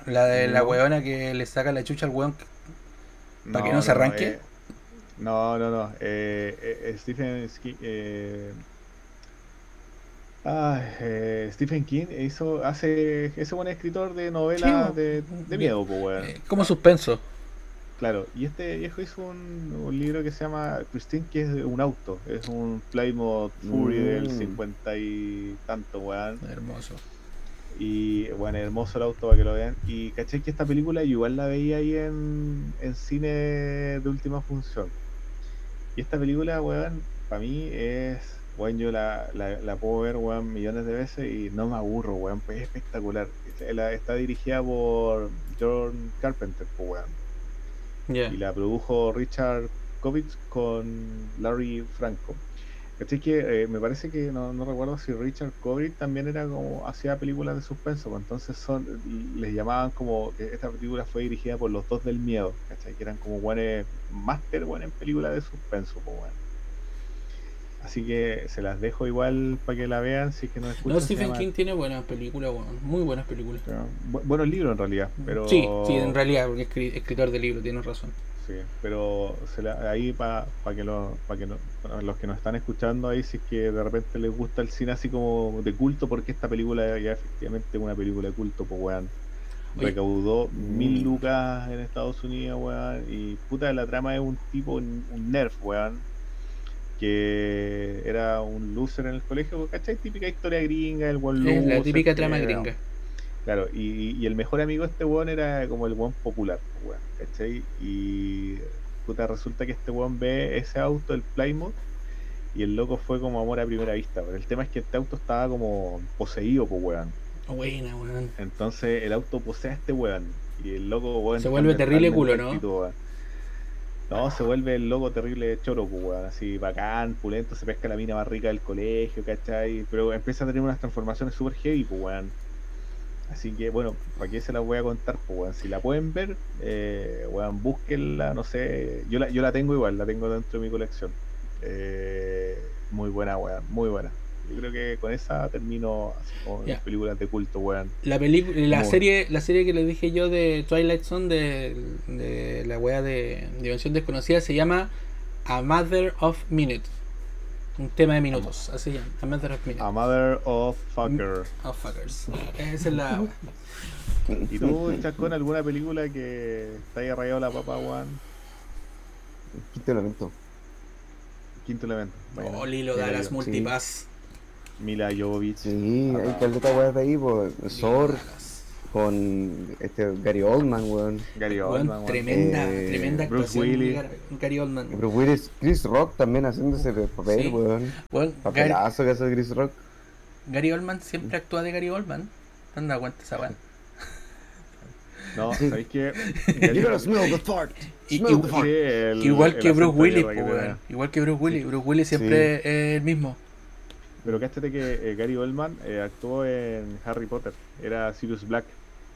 La de la No. weona que le saca la chucha al weón. ¿Para que no se arranque? eh, no, no, no. eh, eh, Stephen Ski- eh, ay, eh, Stephen King hizo, hace, es un buen escritor de novelas Sí, de, de miedo, pues, weón. eh, como suspenso. Claro, y este viejo hizo un, un libro que se llama Christine, que es de un auto, es un Plymouth Fury del Mm. 50 y tanto, weón. Hermoso. Y bueno, hermoso el auto para que lo vean. Y caché que esta película yo igual la veía ahí en, en cine de última función. Y esta película, weón, para mí es, weón, yo la, la, la puedo ver, weón, millones de veces y no me aburro, weón, pues es espectacular. Es- la- está dirigida por John Carpenter, pues, weón. Ya. Y la produjo Richard Kovitz con Larry Franco. Así que eh, me parece que no, no recuerdo si Richard Kovitz también era como hacía películas de suspenso, pues, entonces son les llamaban como que esta película fue dirigida por los dos del miedo, ¿cachai? que eran como buenos máster buenos en películas de suspenso, pues, weón. Así que se las dejo igual para que la vean si es que no escuchan. No, se Stephen llama- King tiene buenas películas, weón. Muy buenas películas. pero, bu- buenos libros en realidad, pero Sí, sí, en realidad, porque es escri- escritor de libros, tienes razón. Sí, pero se la- ahí para que, lo- pa que lo- para los que nos están escuchando ahí, si es que de repente les gusta el cine así como de culto, porque esta película ya efectivamente es una película de culto, pues weón. Oye. Recaudó mil Mm. lucas en Estados Unidos, weón. Y puta, la trama es un tipo, un un nerf, weón. Que era un loser en el colegio, ¿cachai? Típica historia gringa, el weón Es la loser típica que- trama gringa. Claro, y, y el mejor amigo de este weón era como el weón popular, pues, weón, ¿cachai? Y puta, resulta que este weón ve ese auto, el Plymouth, y el loco fue como amor a primera vista. Pero el tema es que este auto estaba como poseído, pues weón. Buena, weón. Entonces el auto posee a este weón. Y el loco, weón. Se vuelve cambia terrible totalmente culo, de ¿no? actitud, weón. No, se vuelve el loco terrible choro, pues, weón. Así bacán, pulento, se pesca la mina más rica del colegio, ¿cachai? Pero empieza a tener unas transformaciones super heavy, pues, weón. Así que, bueno, ¿para qué se las voy a contar, pues, weón? Si la pueden ver, eh, weón, búsquenla, no sé. Yo la, yo la tengo igual, la tengo dentro de mi colección. Eh, muy buena, weón, muy buena. Yo creo que con esa termino así como Ya. las películas de culto, weón. La, pelicu- la, Muy. serie, la serie que les dije yo de Twilight Zone, de, de la wea de Dimensión Desconocida, se llama A Mother of Minutes. Un tema de minutos, así se llama. A Mother of Minutes. A Mother of *laughs* Fucker. Oh, fuckers. Esa es la. ¿Y tú, Chascón, alguna película que te haya rayado la papa, weón? Quinto elemento. Quinto elemento. Oh, Lilo Ya la eh, Dallas digo. Multipass. Mila Jovovich. Sí, hay caleta weas de ahí, por Sor, con este Gary Oldman, weón. Gary Weón, Oldman, weón. tremenda, Eh, tremenda Bruce actuación de Willis. Gar- Gary Oldman. Pero Willis, Chris Rock también haciéndose de papel, Sí. weón. Weón, Gar- Papelazo que hace Chris Rock. Gary Oldman siempre actúa de Gary Oldman. Anda, aguanta esa weá. No, sabéis *laughs* que. You gotta smell the fart. Y- Smell the y- fart. Igual que Bruce Willis, po, weón. weón. Igual que Bruce Willis. Bruce Willis siempre es el mismo. Pero cáchate que eh, Gary Oldman eh, actuó en Harry Potter. Era Sirius Black.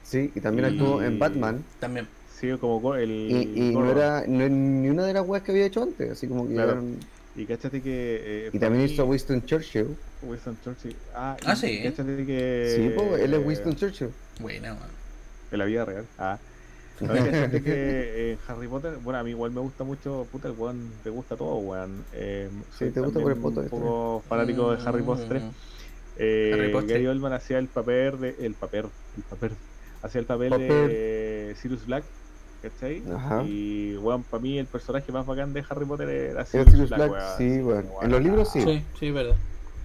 Sí, y también Y- actuó en Batman. También. Sí, como go- el. Y, y no gordo. era no, ni una de las weas que había hecho antes, así como que Claro. eran- Y cáchate que. eh, Y también para hizo mí, Winston Churchill. Winston Churchill. Ah, Ah, y sí. Cáchate que. sí, po, él es eh, Winston Churchill. Buena, weón. De la vida real. Ah. No, hay *laughs* gente que eh, Harry Potter, bueno, a mí igual me gusta mucho, puta, el weón, te gusta todo, weón. Eh, soy te gusta también por el poto, Un está poco fanático de Mm. Harry Potter 3. Eh, Harry Potter. Gary Oldman hacía el papel de, el papel, el papel, hacía el papel Papel. de eh, Sirius Black, ¿cachai? Ajá. Y, weón, para mí el personaje más bacán de Harry Potter era Era Sirius, Sirius Black, Black, weón. sí, weón. Weón, En los libros sí. Sí, sí, verdad.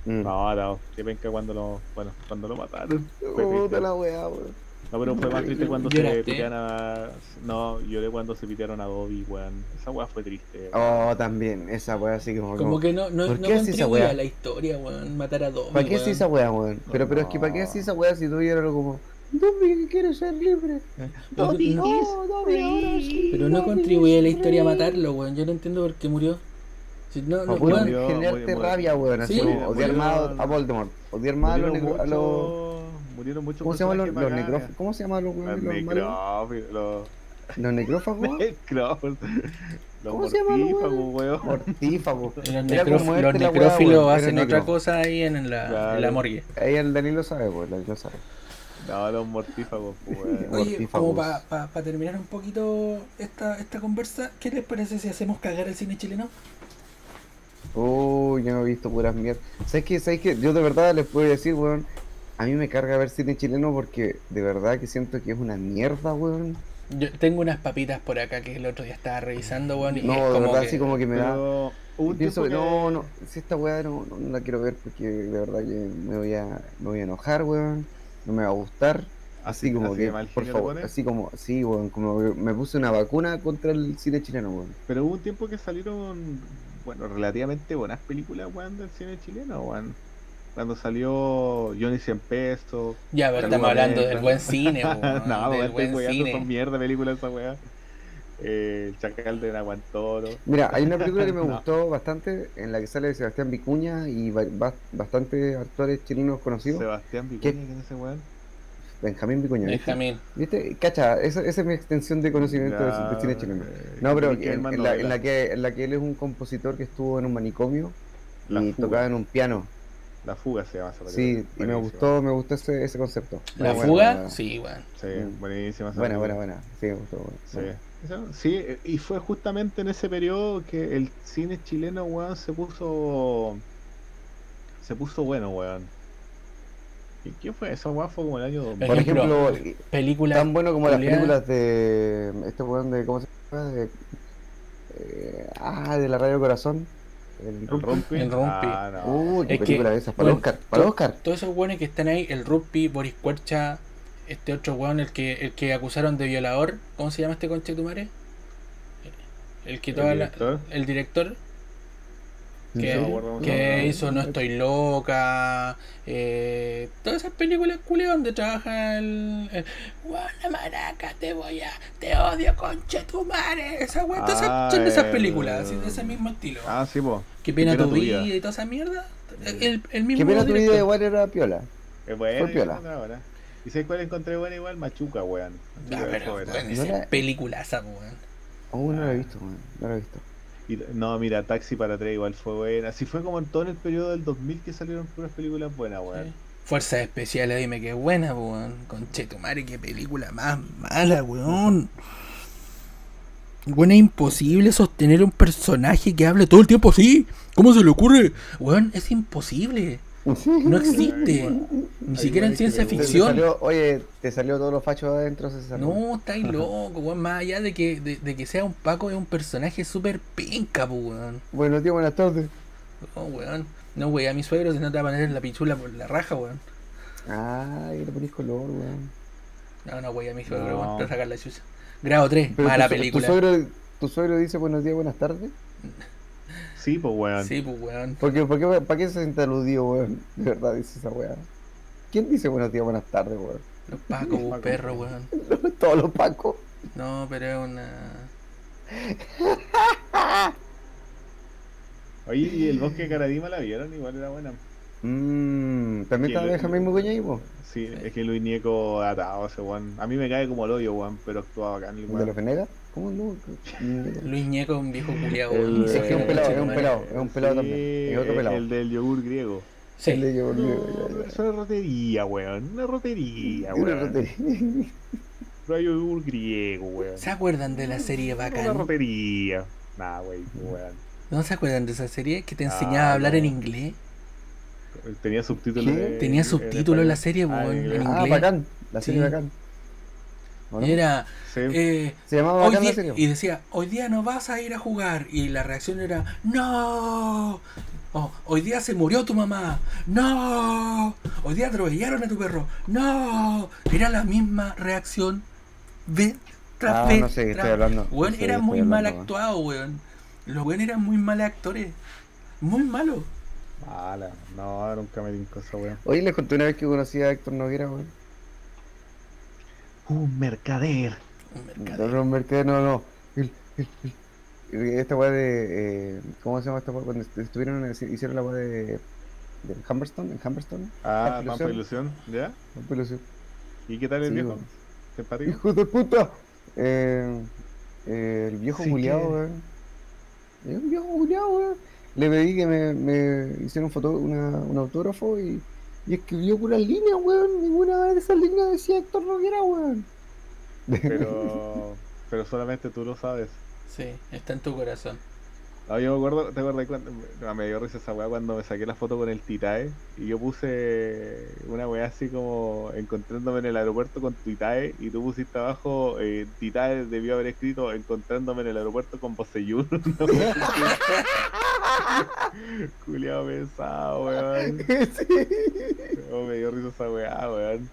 Mm. No, no, que venga cuando lo, bueno, cuando lo mataron. Fue Puta triste. la weá, weón. No, pero fue más triste cuando Lloraste. se pitearon a. No, lloré cuando se pitearon a Dobby, weón. Esa weá fue triste. weón. Oh, también, esa weá así como. Como que no, no, ¿Por no qué hace esa contribuye weá? a la historia, weón. Matar a Dobby, ¿Para qué weón. hace esa weá, weón? Pero, pero es que ¿para qué hace esa weá si tú ya eras como. Dobby, que quiero ser libre. Pero Dobby, no- no, Dobby, ahora sí. Pero no Dobby contribuye a la es historia a libre". matarlo, weón. Yo no entiendo por qué murió. Si no, no, Para Ah, puro weón. murió. generarte murió- rabia, weón. Así Sí. como odiar más Murió- a Voldemort. Odiar más a los. murieron negro- a los- muchos- Murieron muchos ¿Cómo se llaman los, los personajes bacanes. necrófagos? ¿Cómo se llaman los Los weones? Los, malos? necrófilos. Los ¿Los necrófagos. *laughs* necrófilos. Los ¿Cómo se llaman los mortífagos, weón. Mortífagos. Los, Era como necróf- este los la weá, necrófilos weón, era hacen otra necrófago. cosa ahí en la, en la Claro. morgue. Ahí el Dani lo sabe, weón. Dani lo sabe. No, *laughs* los mortífagos, weón. Oye, como Mortífagos. para terminar un poquito esta, esta conversa, ¿qué les parece si hacemos cagar el cine chileno? Uy, yo no he visto puras mierdas. ¿Sabes qué? ¿Sabes qué? Yo de verdad les puedo decir, weón. A mí me carga ver cine chileno porque de verdad que siento que es una mierda, weón. Yo tengo unas papitas por acá que el otro día estaba revisando, weón, y No, es de como verdad, que- así como que me da. Pero hubo un Pienso, tiempo que- no, no, si esta weá no, no- no la quiero ver porque de verdad que me voy a, me voy a enojar, weón. No me va a gustar. Así como así que, de mal por genio te favor, pones. así como, sí, weón, como que me puse una vacuna contra el cine chileno, weón. Pero hubo un tiempo que salieron, bueno, relativamente buenas películas, weón, del cine chileno, weón. Cuando salió Johnny 100 pesos. Ya, pero Alguna estamos hablando vez, del ¿no? buen cine, weón, *laughs* del no, weón, estoy buen weando, son cine. mierda películas esa weá. Eh, el chacal de Naguantoro. Mira, hay una película *laughs* que me No. gustó bastante, en la que sale Sebastián Vicuña y ba- ba- bastantes actores chilenos conocidos. Sebastián ¿Qué? Vicuña, ¿quién es ese weón? Benjamín Vicuña. ¿viste? Benjamín. ¿Viste? Cacha, esa, esa es mi extensión de conocimiento de- de, cine chileno. eh, No, pero en, en la, en la que, en la que él es un compositor que estuvo en un manicomio La y fuga. tocaba en un piano. La fuga se llama esa Sí, película, y me buenísima. gustó, me gustó ese, ese concepto. ¿La Bueno, fuga? bueno, Sí, weón. Sí, Mm. buenísima esa Buena, buena, película. buena. Sí, me gustó. bueno. Sí. Eso- sí, eh, y fue justamente en ese periodo que el cine chileno, weón, se puso. Se puso bueno, weón. ¿Y qué fue eso, weón? Fue como el año 2000. Por Ejemplo, ejemplo, Película. tan bueno como las Julián. películas de este weón de cómo se llama de, eh, ah de la radio corazón el El Rumpi. El Rumpi. Ah, no. uh qué Es que- película de esas para el bueno, Oscar para el to- Oscar Todos esos weones que están ahí, el Rupi, Boris Cuercha, este otro weón, el que, el que acusaron de violador, ¿cómo se llama este conche tu madre? El que ¿El toda la- director? el director Sí, no me que, acuerdo cómo se que llama. hizo No Estoy Loca, eh, todas esas películas culiadas donde trabaja el. el "Buena maraca, te voy a. Te odio, conche tu madre. Esa weá, todas esas- Ah, son de esas el- películas, así, de ese mismo estilo. Ah, sí, po. ¿Qué pena Qué tu vida y toda esa mierda? El, el mismo qué pena tu director. vida igual era piola Es buena. Fue yo piola. encontré buena. ¿Y sabes cuál encontré buena igual? Machuca, weón. Ah, Machuca pero, fue buena. weón, No esa era- peliculaza, weón. aún no la he visto weón, no la he visto Y- no, mira, Taxi para tres igual fue buena. Así fue como en todo el periodo del 2000 que salieron puras películas buenas, weón. Fuerzas especiales, dime qué buena, weón. Conchetumare, qué película más mala, weón. Bueno, es imposible sostener un personaje que hable todo el tiempo así. ¿Cómo se le ocurre? Weón, es imposible. No existe. Ni siquiera en ciencia Te- te ficción. salió- oye te salió todos los fachos adentro César No, estáis loco, weón. Más allá de que, de, de que sea un Paco, es un personaje súper penca, po, weón. bueno tío buenas tardes Oh, weón. No, wey, a mi suegro se no te va a poner la pichula por la raja, weón. Ay, le ponís color, weón. No, no, wey, a mi No. suegro, weón, te va a sacar la chucha. Grado 3, Pero mala tu, su- película. Tu suegro, tu suegro dice buenos días, buenas tardes. Sí, pues weón. Sí, pues, weón. Porque, ¿por qué, ¿Para qué se siente aludido, weón? *laughs* De verdad dice esa weá. ¿Quién dice buenos días, buenas tardes, weón? *laughs* Los pacos, Los un pacos. perro, weón. Todos los pacos. No, pero es una. Oye, y el bosque de Caradima la vieron, igual era buena. Mmm, ¿también Sí, estaba lo- Benjamín Mugoñay, po? Sí, es que Luis Nieco atado ese weón. A mí me cae como el hoyo, weón, pero actuaba bacán el ¿El de los weón. Venegas? ¿Cómo *laughs* no? *laughs* Luis Ñeco es un viejo culiado, El- weón. Es que es un pelado, es un pelado, es un pelado Sí, también. Es otro pelado. El del yogur griego. Sí. El de yo- yo- No, yo- pero es una rotería, weón. Una rotería, yo- weón. yo- Pero hay yogur griego, weón. ¿Se acuerdan de la serie Una Bacán? rotería. Nah, wey, weón. ¿No se acuerdan de esa serie que te Ah, enseñaba a hablar en no. inglés? Tenía subtítulos. ¿Qué? de- Tenía en subtítulos la español. serie, Ah, weón, en en inglés. Ah, inglés. bacán. La serie Sí. bacán. ¿O no? Y era. Sí. eh, Se llamaba hoy bacán la día, serie. y decía, hoy día no vas a ir a jugar. Y la reacción era, no. O, hoy día se murió tu mamá. No. Hoy día atropellaron a tu perro. No. Era la misma reacción vez tras Ah, vez. no sé qué tras estoy hablando. No Weón, sé qué era estoy muy mal hablando, actuado, weón. Los weón eran muy mal actores. Muy malos. Eh. Mala. No, nunca me tinco esa weón. Oye, les conté una vez que conocí a Héctor Noguera, weón. Un mercader. Un mercader. No, no, Mercader, no, no. El- el- el- el- Esta weá de. eh, ¿Cómo se llama esta weá? Cuando est- estuvieron en- hicieron la weá de. de Humberstone, en Humberstone. Ah, Pampa Pampa Ilusión. ¿Ya? No, pero sí. ¿Y qué tal el Sí, viejo? weón. *laughs* ¿Simpático? ¡Hijo de puta! Eh, eh, el viejo Sí, Juliado, que- weón. El viejo Juliado, weón. Le pedí que me, me hiciera un, foto, una- un autógrafo y, y escribió puras líneas, weón. Ninguna de esas líneas decía Héctor Noguera, weón. Pero, pero solamente tú lo sabes. Sí, está en tu corazón. Ah, yo me acuerdo, ¿te acuerdas cuando no, me dio risa esa weá cuando me saqué la foto con el Titae? Y yo puse una weá así como encontrándome en el aeropuerto con Titae y tú pusiste abajo, eh, Titae debió haber escrito encontrándome en el aeropuerto con *laughs* Poseyun. Culiado pesado, weón. *laughs* sí. Oh, me dio risa esa weá, weón.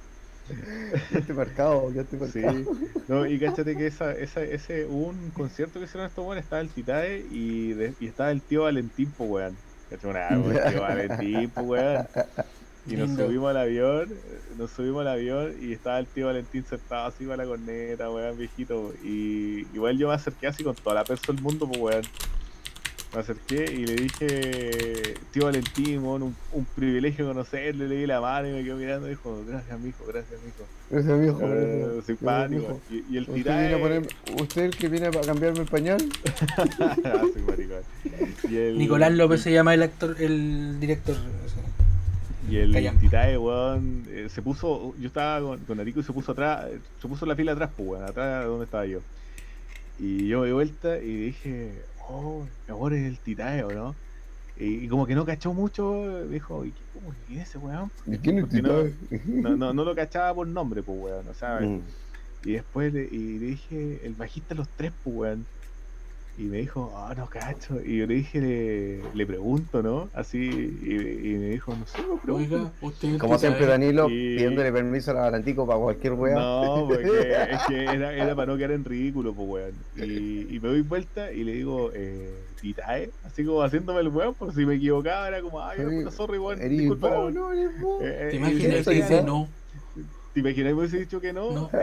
Este mercado, ya *laughs* este Sí. mercado. No, y cáchate que esa, esa, ese hubo un concierto que hicieron estos weones, estaba el Titae y, de- y estaba el tío Valentín, po weón. Cachai, una weón, el tío Valentín, po weón. Y nos Lindo. subimos al avión, eh, nos subimos al avión y estaba el tío Valentín sentado así con la corneta, weón, viejito. Y igual yo me acerqué así con toda la perso del mundo, po weón. Me acerqué y le dije, tío Valentín, weón, un, un privilegio conocerle, le di la mano y me quedó mirando y dijo, gracias, mijo, gracias, mijo. Ese viejo, Eh, boludo. Ese simpático. viejo. Y, y el ¿Usted, viene tiraje. a poner, usted que viene a cambiarme el pañal, *laughs* Ah, simpático. Y el- Nicolás López se llama el actor, el director. o sea. Y el Callan. Titae, weón, eh, se puso, yo estaba con, con Arico y se puso atrás, eh, se puso en la fila atrás, pues, weón, atrás de donde estaba yo. Y yo me di vuelta y dije, oh, mi amor es el Titae, ¿o no? Y, y como que no cachó mucho, eh, dijo, ¿y qué- cómo es ese weón? ¿y quién es Porque Titae? No, no, no lo cachaba por nombre, pues, weón, o *laughs* sea, Mm. Y después le, y le dije, el bajista de los tres, pues, weón. Y me dijo, ah, no cacho. Y yo le dije, le, le pregunto, ¿no? Así, y, y me dijo, no sé, no pregunto. Oiga, usted. Como usted siempre, sabe. Danilo, Y- pidiéndole permiso a la Valantico para cualquier wea. No, porque *laughs* es que era, era para no quedar en ridículo, pues, weón. Y, y me doy vuelta y le digo, eh, Titae, así como haciéndome el weón, por si me equivocaba, era como, ay, Oye, puta, sorry, weón. Eres Disculpa, vos, weón". no, eres vos. Eh, eh, ¿Te y- imaginas eso que ya- dice no? ¿Te imaginas que me hubiese dicho que no? No. Eh,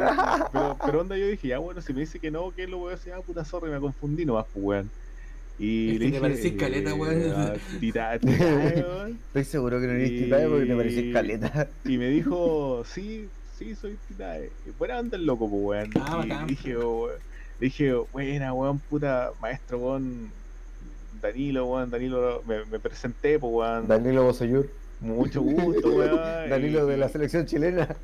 Pero, pero onda, yo dije, ya bueno, si me dice que no, ¿qué es lo voy a hacer? Ah, puta zorra, me confundí nomás, pues, weón. Es que Y le te dije, parecís caleta, eh, weón. ah, *laughs* tita- tita, weón. Estoy seguro que no eres Y- Titae porque te pareces caleta. Y me dijo, sí, sí, soy Titae. Y buena onda el loco, pues, weón. Ah, y bacán. dije, oh, weón- dije, buena, weón, puta, maestro, weón. Danilo, weón, Danilo, me, me presenté, pues, weón. Danilo Bosoyur, Mucho gusto, weón. *laughs* Danilo de Y- la selección chilena.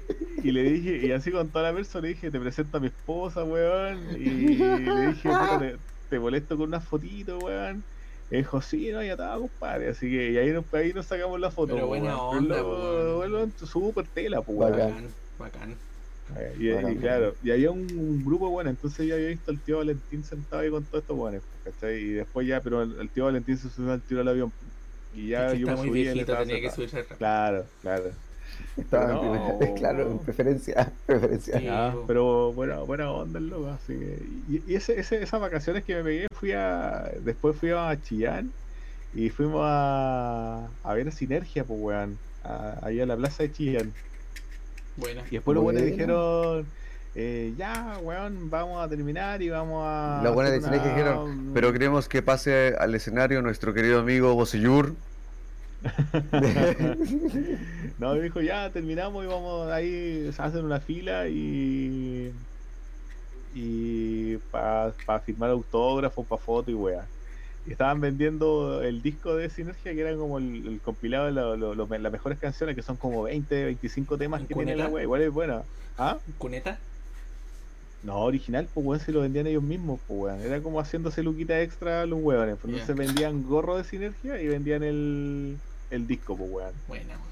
y le dije, y así con toda la persona le dije, te presento a mi esposa, weón. Y le dije, puta, te, te molesto con una fotito, weón. Y dijo, sí, no, ya estaba, compadre. Así que y ahí, nos, ahí nos sacamos la foto. Pero buena weón. Pero onda, lo- weón. weón, súper tela, pues, weón. Eh, Bacán. Bacán, bacán. Y, y Bacán. claro, y había un, un grupo, bueno, entonces ya había visto al tío Valentín sentado ahí con todos estos weones, pues, ¿cachai? Y después ya, pero el, el tío Valentín se subió al tiro al avión. Y Y ya Es que yo Este está me muy subí y él viejito, estaba tenía que sentado. subirse al rap. Claro, claro. Estaba No. en primera- claro, preferencia, preferencia. Sí, Ah, po. pero buena, buena onda el loco, así que. Y, y ese, ese- esas vacaciones que me pegué, fui a. Después fui a Chillán y fuimos a, a ver a Sinergia, pues weón. a- Ahí a la plaza de Chillán. Buena. Y después los buenos Buena. dijeron. eh, ya, weón, vamos a terminar y vamos a. Los buenos hacer de Sinergia una- dijeron, Pero queremos que pase al escenario nuestro querido amigo Bosillur. *laughs* *laughs* No, me dijo, ya terminamos y vamos ahí, se hacen una fila y. Y para firmar autógrafos, para fotos y weas. Y estaban vendiendo el disco de Sinergia, que era como el, el compilado de la- lo- lo- las mejores canciones, que son como 20, 25 temas ¿En que tiene la Cuneta? wea. Igual es buena. ¿Ah? ¿Cuneta? No, original, pues weón, se lo vendían ellos mismos, pues weón. Era como haciéndose luquita extra a los weones. pues, Ya. Entonces vendían gorro de Sinergia y vendían el, el disco, pues weón. Buena. weón.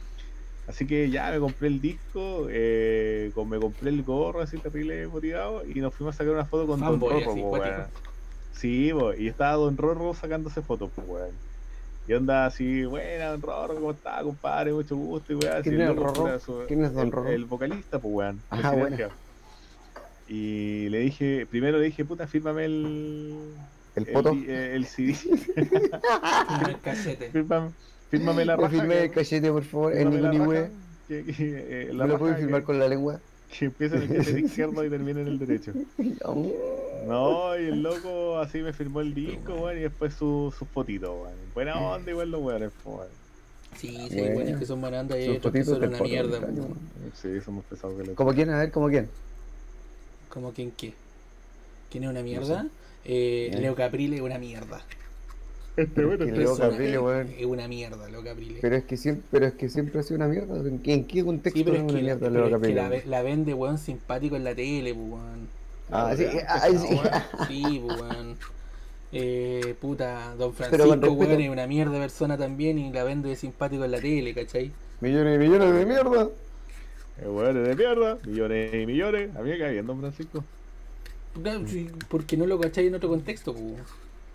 Así que ya me compré el disco, eh, con- me compré el gorro así terrible motivado y nos fuimos a sacar una foto con Fanboy, Don Rorro, así, po, cuático. weón. *laughs* Sí, po, y estaba Don Rorro sacándose fotos, pues, weón. Y onda así, buena, Don Rorro, ¿cómo está, compadre? Mucho gusto, y weón. así, ¿Quién es loco, Rorro? puta, su- ¿Quién es Don el- Rorro? El vocalista, pues, weón. de Ah, Sinergia. buena. Y le dije, primero le dije, puta, fírmame el. El poto. di- eh, el CD. Primer cachete. *laughs* fírmame, fírmame la Me raja. firmé el que- cachete, por favor, en fírmame la ningún raja, hue. que- que- eh, la ¿Me lo raja puedo que- firmar con la lengua? que empieza en el cachete izquierdo y termina en el derecho. No, y el loco así me firmó el disco, weón, y después su- sus fotitos, weón. Mm. Buena onda, igual los weones, po, weón. Sí, sí, Buena. buenas que son marandas y hay Sus otros que fotitos son del una poto, mierda. caño. weón. Sí, somos pesados que le ¿Como quién? A ver, ¿como quién? ¿Como quién qué? ¿Quién es una mierda? Eh, Ya. Leo Caprile es una mierda. Este bueno, Que este Leo Es una- Caprile, weón. Es una mierda, Leo Caprile. Pero es que siempre, pero es que siempre ha sido una mierda. ¿En qué, en qué contexto Sí, pero es es una que, la, mierda pero Leo es que Caprile? la, ve- la vende, weón, simpático en la tele, pues, weón. Ah, sí, Weón, ah, ahí pesado, sí. weón. Sí, pues, weón. Eh, puta, Pero Don Francisco, con respeto. weón, es una mierda de persona también y la vende de simpático en la tele, ¿cachai? Millones y millones de mierda. Eh, weones de mierda, millones y millones. A mí me cae bien, don Francisco. Claro, sí, Porque no lo cachai en otro contexto, pues, weón,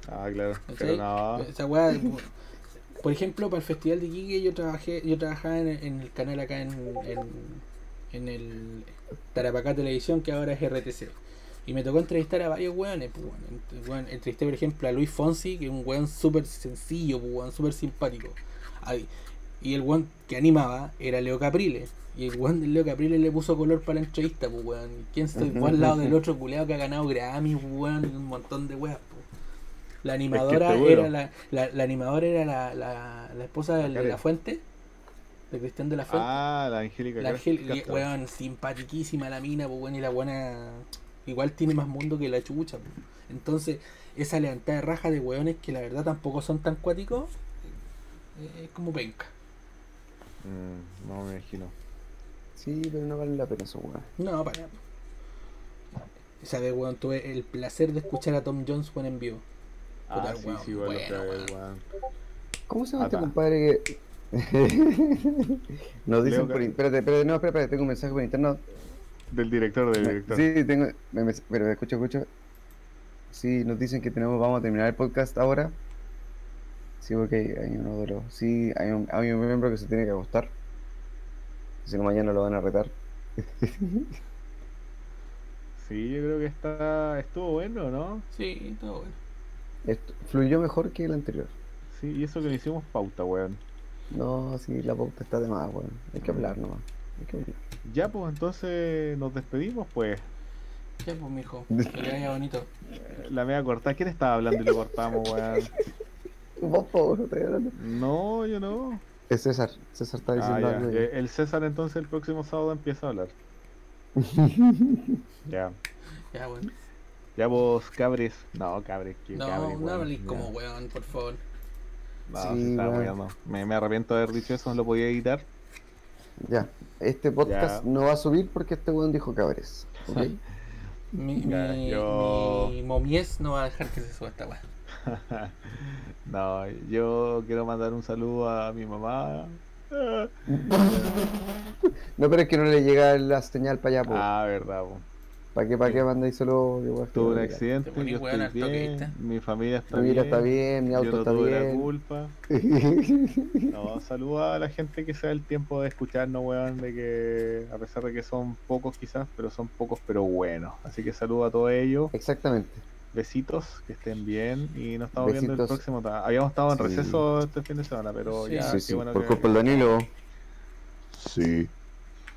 Ah, claro, ¿cachai? pero no. Esa weá, por- por ejemplo, para el Festival de Quique yo trabajé, yo trabajaba en, en el canal acá en, en, en el Tarapacá Televisión, que ahora es RTC. Y me tocó entrevistar a varios weones, pues, weón. Ent- weón, Entrevisté, por ejemplo, a Luis Fonsi, que es un weón súper sencillo, pues, weón, súper simpático. Ay, y el weón que animaba era Leo Capriles. Y el weón del Leo Capriles le puso color para la entrevista, pues, weón. ¿Y ¿Quién se fue al lado *laughs* del otro culeado que ha ganado Grammy, weón? y Un montón de weas, pues. La animadora bueno. era la, la, la animadora era la, la, la esposa del- de Karen. la fuente, de Cristian de la Fuente. Ah, la Angélica. La Castro. Ángel, y- weón, simpatiquísima la mina, pues weón, y la buena igual tiene más mundo que la chucha. pues. Entonces, esa levantada de raja de weones que la verdad tampoco son tan cuáticos, eh, es como penca. Mm, no me imagino. Sí, pero no vale la pena eso, weón. No, para. pues. Esa vez, weón, tuve el placer de escuchar a Tom Jones weón, en vivo. Puta, Ah, sí, weón, sí, igual lo bueno, trae, weón. weón. ¿Cómo se llama este Apa. compadre que.? *laughs* Nos dicen Leo por. Cap- in- Espérate, espérate, no, espérate, espérate, tengo un mensaje por interno. Del director, del director. Sí, tengo. me- me- Pero escucha, escucha. Sí, nos dicen que tenemos, vamos a terminar el podcast ahora. Sí, porque hay, hay uno de los. Sí, hay un, hay un miembro que se tiene que acostar. Si no, mañana lo van a retar. Sí, yo creo que está, estuvo bueno, ¿no? Sí, todo bueno. Esto fluyó mejor que el anterior. Sí, y eso que le hicimos pauta, weón. No, sí, la pauta está de más, weón. Hay que hablar nomás. Hay que hablar. Ya, pues entonces nos despedimos, pues. Ya, pues, mijo, que le vaya bonito. La media cortada. ¿Quién estaba hablando y lo cortamos, weón? Vos, po, weón, estoy hablando. No, yo no. Es Eh, César. César está Ah, diciendo ya. algo. y- Eh, El César entonces el próximo sábado empieza a *laughs* hablar. ya. Ya, weón. Ya vos, cabres. No, cabres, que No, cabres, no weón. hables Ya. como weón, por favor. No, Sí, se estaba weón. weando. Me, me arrepiento de haber dicho eso, no lo podía editar. Ya, este podcast Ya. no va a subir porque este weón dijo cabres. *laughs* ¿ok? Mi, Ya, mi, yo- mi momies no va a dejar que se suba esta weá. *laughs* No, yo quiero mandar un saludo a mi mamá. Ah. pues. No, pero es que no le llega la señal para allá. po. Ah, verdad, po. ¿Para qué, para qué mandáis solo que weas que Tuve un no accidente, Te ponís yo weón estoy al toque, bien, ¿viste? mi familia está Mi bien, vida está bien, mi yo auto no está tuve la bien. culpa. No, saluda a la gente que se da el tiempo de escucharnos, weón, de que a pesar de que son pocos quizás, pero son pocos pero buenos. Así que saludo a todos ellos, *laughs* Exactamente. besitos, que estén bien y nos estamos viendo el Besitos. próximo. ta- Habíamos estado en Sí. receso este fin de semana, pero Sí. ya sí, qué sí. bueno Por que- culpa del Danilo. Sí.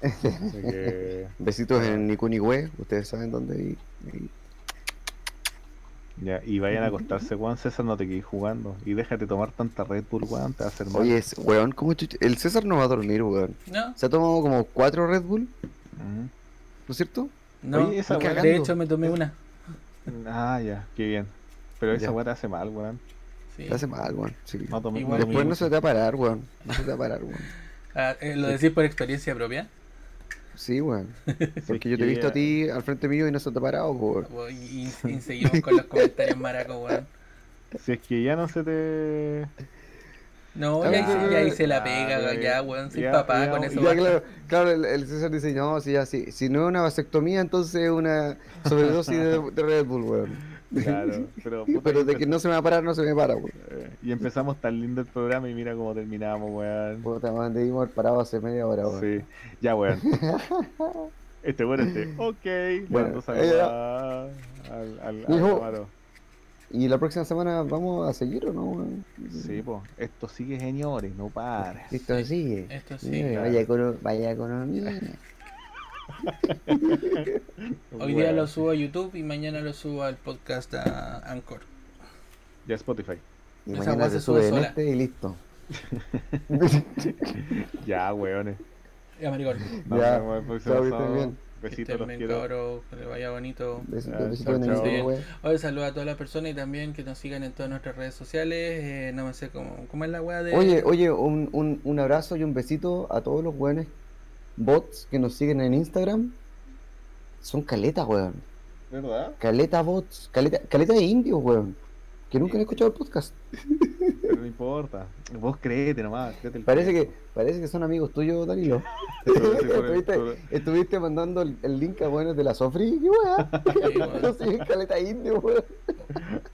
Así que Besitos Ah. en Nikunigüe, ustedes saben dónde. Y, y- ya, y vayan a acostarse, Juan César, no te quedes jugando y déjate tomar tanta Red Bull, Juan, te va a hacer mal. Oye, es- weón, ¿cómo chucha? El César no va a dormir, weón. No, Se ha tomado como cuatro Red Bull, Mm. ¿no es cierto? no. Oye, esa ¿por qué weá- acá- de hecho, me tomé una. Ah, ya, qué bien. Pero esa Ya. weá te hace mal, weón. Sí. Te hace mal, weón. sí. No tomé- Igual. tomé Después no se mucho. *laughs* te va a parar, weón. No se te va a parar, weón. Ah, eh, ¿Lo decís por experiencia propia? Sí, weón. Porque yo *laughs* es te he que- visto a ti al frente mío y no se te ha parado, *laughs* weón. Y, y- y seguimos con los comentarios maracos, weón. Si es que ya no *laughs* se te. No, Ah, ya, hice, ya hice la ah, pega, ya, ya, weón, soy ya, papá ya, con ya, eso. Ya, basta. claro, claro el, el César dice, no, si, ya, si, si no es una vasectomía, entonces es una sobredosis de, de Red Bull, weón. Claro, pero. *laughs* puta, Pero y de que empe- no se me va a parar, no se me para, weón. eh, Y empezamos tan lindo el programa y mira cómo terminamos, weón. Puta, man, debimos haber parado hace media hora, weón. Sí, *laughs* ya, weón. Este bueno, este. Ok, Bueno, eh, bueno, ahí saludos a- al, al, al Hijo. Amaro. ¿Y la próxima semana vamos a seguir o no, weón? Sí, pues. Esto sigue, señores, no pares. Esto sigue. Esto sí. Eh, claro. Vaya, econo- vaya economía. Hoy día Weón. lo subo a YouTube y mañana lo subo al podcast a Anchor. Ya Spotify. Y Esa mañana weá se se sube sube en sola. este y listo. Ya, weones. Ya, maricón. Nos Ya, vemos el próximo chao, que estén sábado. bien. Que Besitos, estén los bien, quiero. cabros, que les vaya bonito. Besito, Ah, besito chao, en el chao. culo, weón. Hoy saludo a todas las personas y también que nos sigan en todas nuestras redes sociales. eh, no me sé cómo, cómo es la weá de. *laughs* Oye, oye, un, un, un abrazo y un besito a todos los weones bots que nos siguen en Instagram. Son caletas, weón. ¿Verdad? Caleta bots. Caleta, caleta de indios, weón. Que nunca han escuchado el podcast. Pero no importa. Vos créete nomás, créete el Parece cuento. que, parece que son amigos tuyos, Danilo. *laughs* Sobre- sobre- estuviste, sobre- estuviste mandando el, el link a weones de la Sofri. ¿Qué weón? *laughs* weón. Nos siguen caleta indio, weón.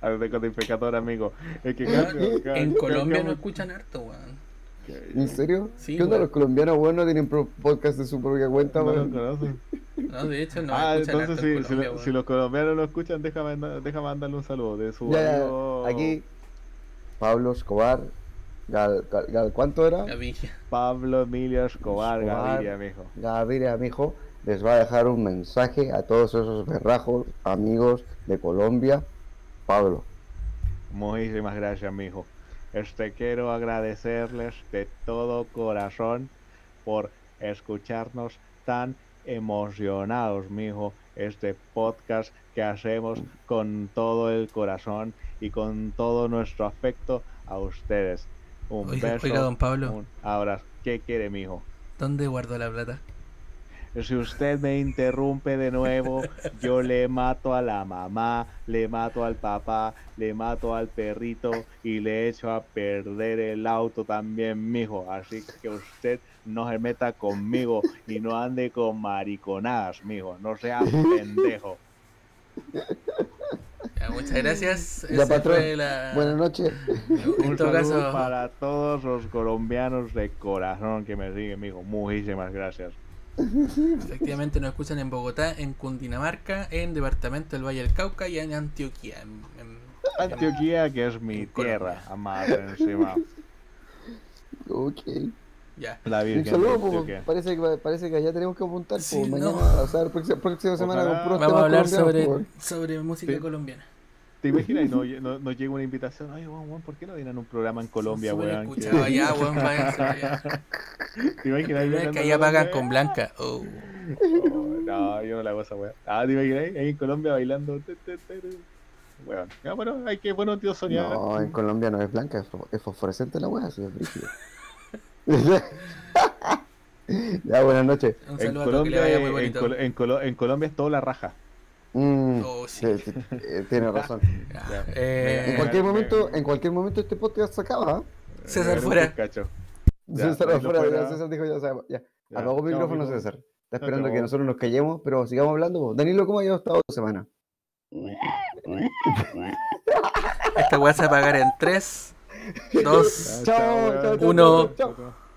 A ver, déjate impecador, amigo. Es que Weón, cambio, cambio, Ah, en cambio, Colombia no cambio. escuchan harto, weón. ¿En serio? Sí, ¿Qué onda? weón. Los colombianos, weón, no tienen pro- podcast de su propia cuenta, No lo weón. conocen. No, de hecho, no ah, escuchan entonces harto en si, si, Colombia, lo- weón. si los colombianos lo escuchan, déjame, andar- déjame mandarle un saludo de su Ya, ya, amigo aquí, Pablo Escobar. Gal, Gal- Gal- ¿Cuánto era? La villa. Pablo Emilio Escobar, Escobar. Gaviria, mijo. Gabriela Mijo les va a dejar un mensaje a todos esos berrajos, amigos de Colombia. Pablo. Muchísimas gracias, mijo. Este quiero agradecerles de todo corazón por escucharnos tan emocionados, mijo, este podcast que hacemos con todo el corazón y con todo nuestro afecto a ustedes. Un Oiga, beso. oiga, don Pablo, un abrazo. ¿Qué quiere, mijo? ¿dónde guardó la plata? Si usted me interrumpe de nuevo, yo le mato a la mamá, le mato al papá, le mato al perrito y le echo a perder el auto también, mijo. Así que usted no se meta conmigo y no ande con mariconadas, mijo. No sea pendejo. Ya, muchas gracias. Ya, Esa patrón. fue Ah. la... Buenas noches. *laughs* *laughs* en Un todo saludo caso, para todos los colombianos de corazón que me siguen, mijo. Muchísimas gracias. efectivamente nos escuchan en Bogotá, en Cundinamarca, en Departamento del Valle del Cauca y en Antioquia. en- en- Antioquia, que es mi tierra, amado encima. Ok. ya. La Virgen Un de saludo, po. Antioquia. parece, que, parece que allá tenemos que apuntar. po. Sí, no. Mañana, o sea, la próxima, próxima semana Ojalá. con puros Vamos a hablar temas sobre, colombianos, sobre música Sí. colombiana. ¿Te imaginas? *laughs* Y no, no, no llega una invitación. Ay, weón, weón, ¿por qué no vienen a un programa en Colombia, Súper weón? Que- escuchado allá, weón, váyanse para allá. *laughs* ¿Te imaginas? Primera vez violando que allá a la pagan weá? con blanca. Oh. *laughs* Oh, no, yo no la hago esa weón. Ah, ¿te imaginas? Ahí en Colombia bailando. te, te, te, te. Weón. Ah, bueno, hay que, bueno, tío, po. soñar. No, en Colombia no es blanca, es fo- es fosforescente la weá, sí, es brígido. ya, buenas noches. Un en saludo a todos que le Colombia, vaya muy en, bonito. Col- en, Colo- en Colombia es toda la raja. Mm, Oh, *laughs* sí. sí, sí, eh, tiene razón. Ya, Ya. eh, En cualquier momento, en cualquier momento este podcast se acaba. César Era un fuera. bizcacho. Ya, César Danilo afuera, ya fuera. César dijo ya, se- ya. Ya, Apagó el chao, micrófono, amigo. César. Está esperando no. que nosotros nos callemos, pero sigamos hablando. po. Danilo, ¿cómo ha llevado esta otra semana? Esta weá este se va a pagar en 3, 2, Chao, *laughs* chao, chao, Uno. chao, chao.